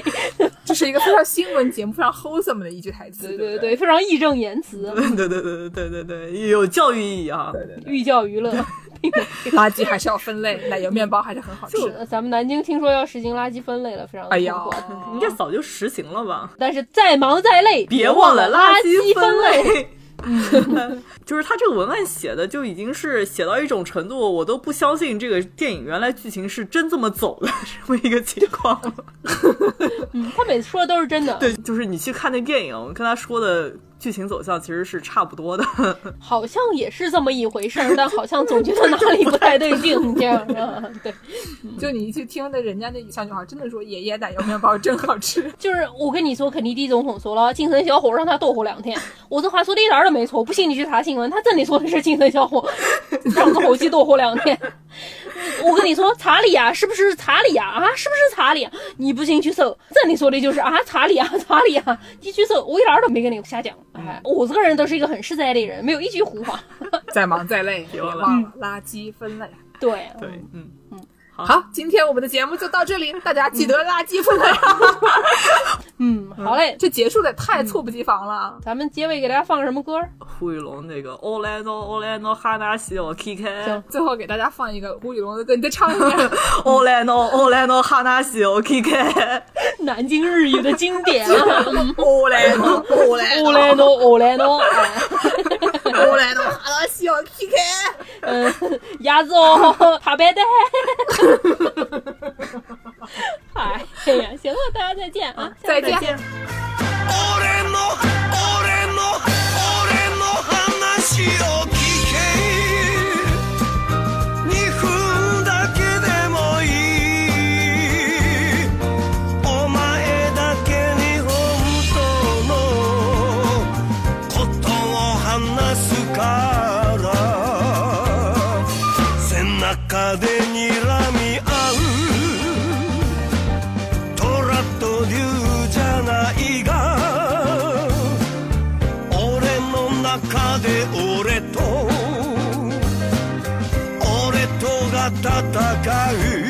B: 类。
A: 这是一个非常新闻节目非常 wholesome 的一句台词，
B: 对
A: 对
B: 对
A: 不
B: 对，非常义正言辞，
C: 对对对对对对对，也有教育意义啊。
A: 对对对。
B: 寓教于乐。
A: 垃圾还是要分类，奶油面包还是很好吃。
B: 是的，咱们南京听说要实行垃圾分类了，非常
A: 哎
B: 痛
A: 呀
B: 苦。，
C: 应该早就实行了吧？
B: 但是再忙再累，
C: 别
B: 忘
C: 忘了
B: 垃
C: 圾
B: 分类。
C: 类。就是他这个文案写的就已经是写到一种程度，我都不相信这个电影原来剧情是真这么走的这么一个情况了。
B: 嗯，他每次说的都是真的。
C: 对，就是你去看那电影，跟他说的剧情走向其实是差不 多的。
B: 好像也是这么一回事儿，但好像总觉得哪里不太对劲，这样啊，对，
A: 就你一去听那人家那小女孩真的说：“爷爷，奶油面包真好吃。”
B: 就是我跟你说，肯尼迪总统说了，金城小伙让他逗吼两天，我这话说的一点儿都没错，不信你去查新闻，他真的说的是金城小伙，让这伙计逗吼两天。我跟你说，查理啊，是不是查理啊？啊，是不是查理、啊？你不信去搜，真的说的就是啊，查理啊，查理啊，你去搜，我一点儿都没跟你瞎讲。哎，我这个人都是一个很实在的人，没有一句胡话。
A: 再忙再累，别
C: 别忘了
A: 忘了垃圾分类。
B: 对，
C: 对，嗯，
A: 好，今天我们的节目就到这里，大家记得垃圾分类啊！
B: 嗯，好嘞，
A: 这结束的太猝不及防了。
B: 咱们结尾给大家放个什么歌儿？
C: 胡宇龙那个哦 Orlando Orlando 哈纳西哦奥 KK
B: 行
A: 最后给大家放一个吴宇龙的歌，你再唱一遍。
C: Orlando Orlando 哈纳西奥 KK
B: 南京日语的经典啊
C: Orlando Orlando
B: ，Orlando Orlando，哎
C: 哦
A: Orlando 哈拉西奥 PK，
B: 嗯， 鸭子哦，爬白的。 哎呀，行了，大家再见啊！下次
A: 再见。
F: 俺も俺も俺の話を聞け2分だけでもいいお前だけに本当のことを話すから背中で睨み合うトラと竜じゃないが俺の中で俺と俺とが戦う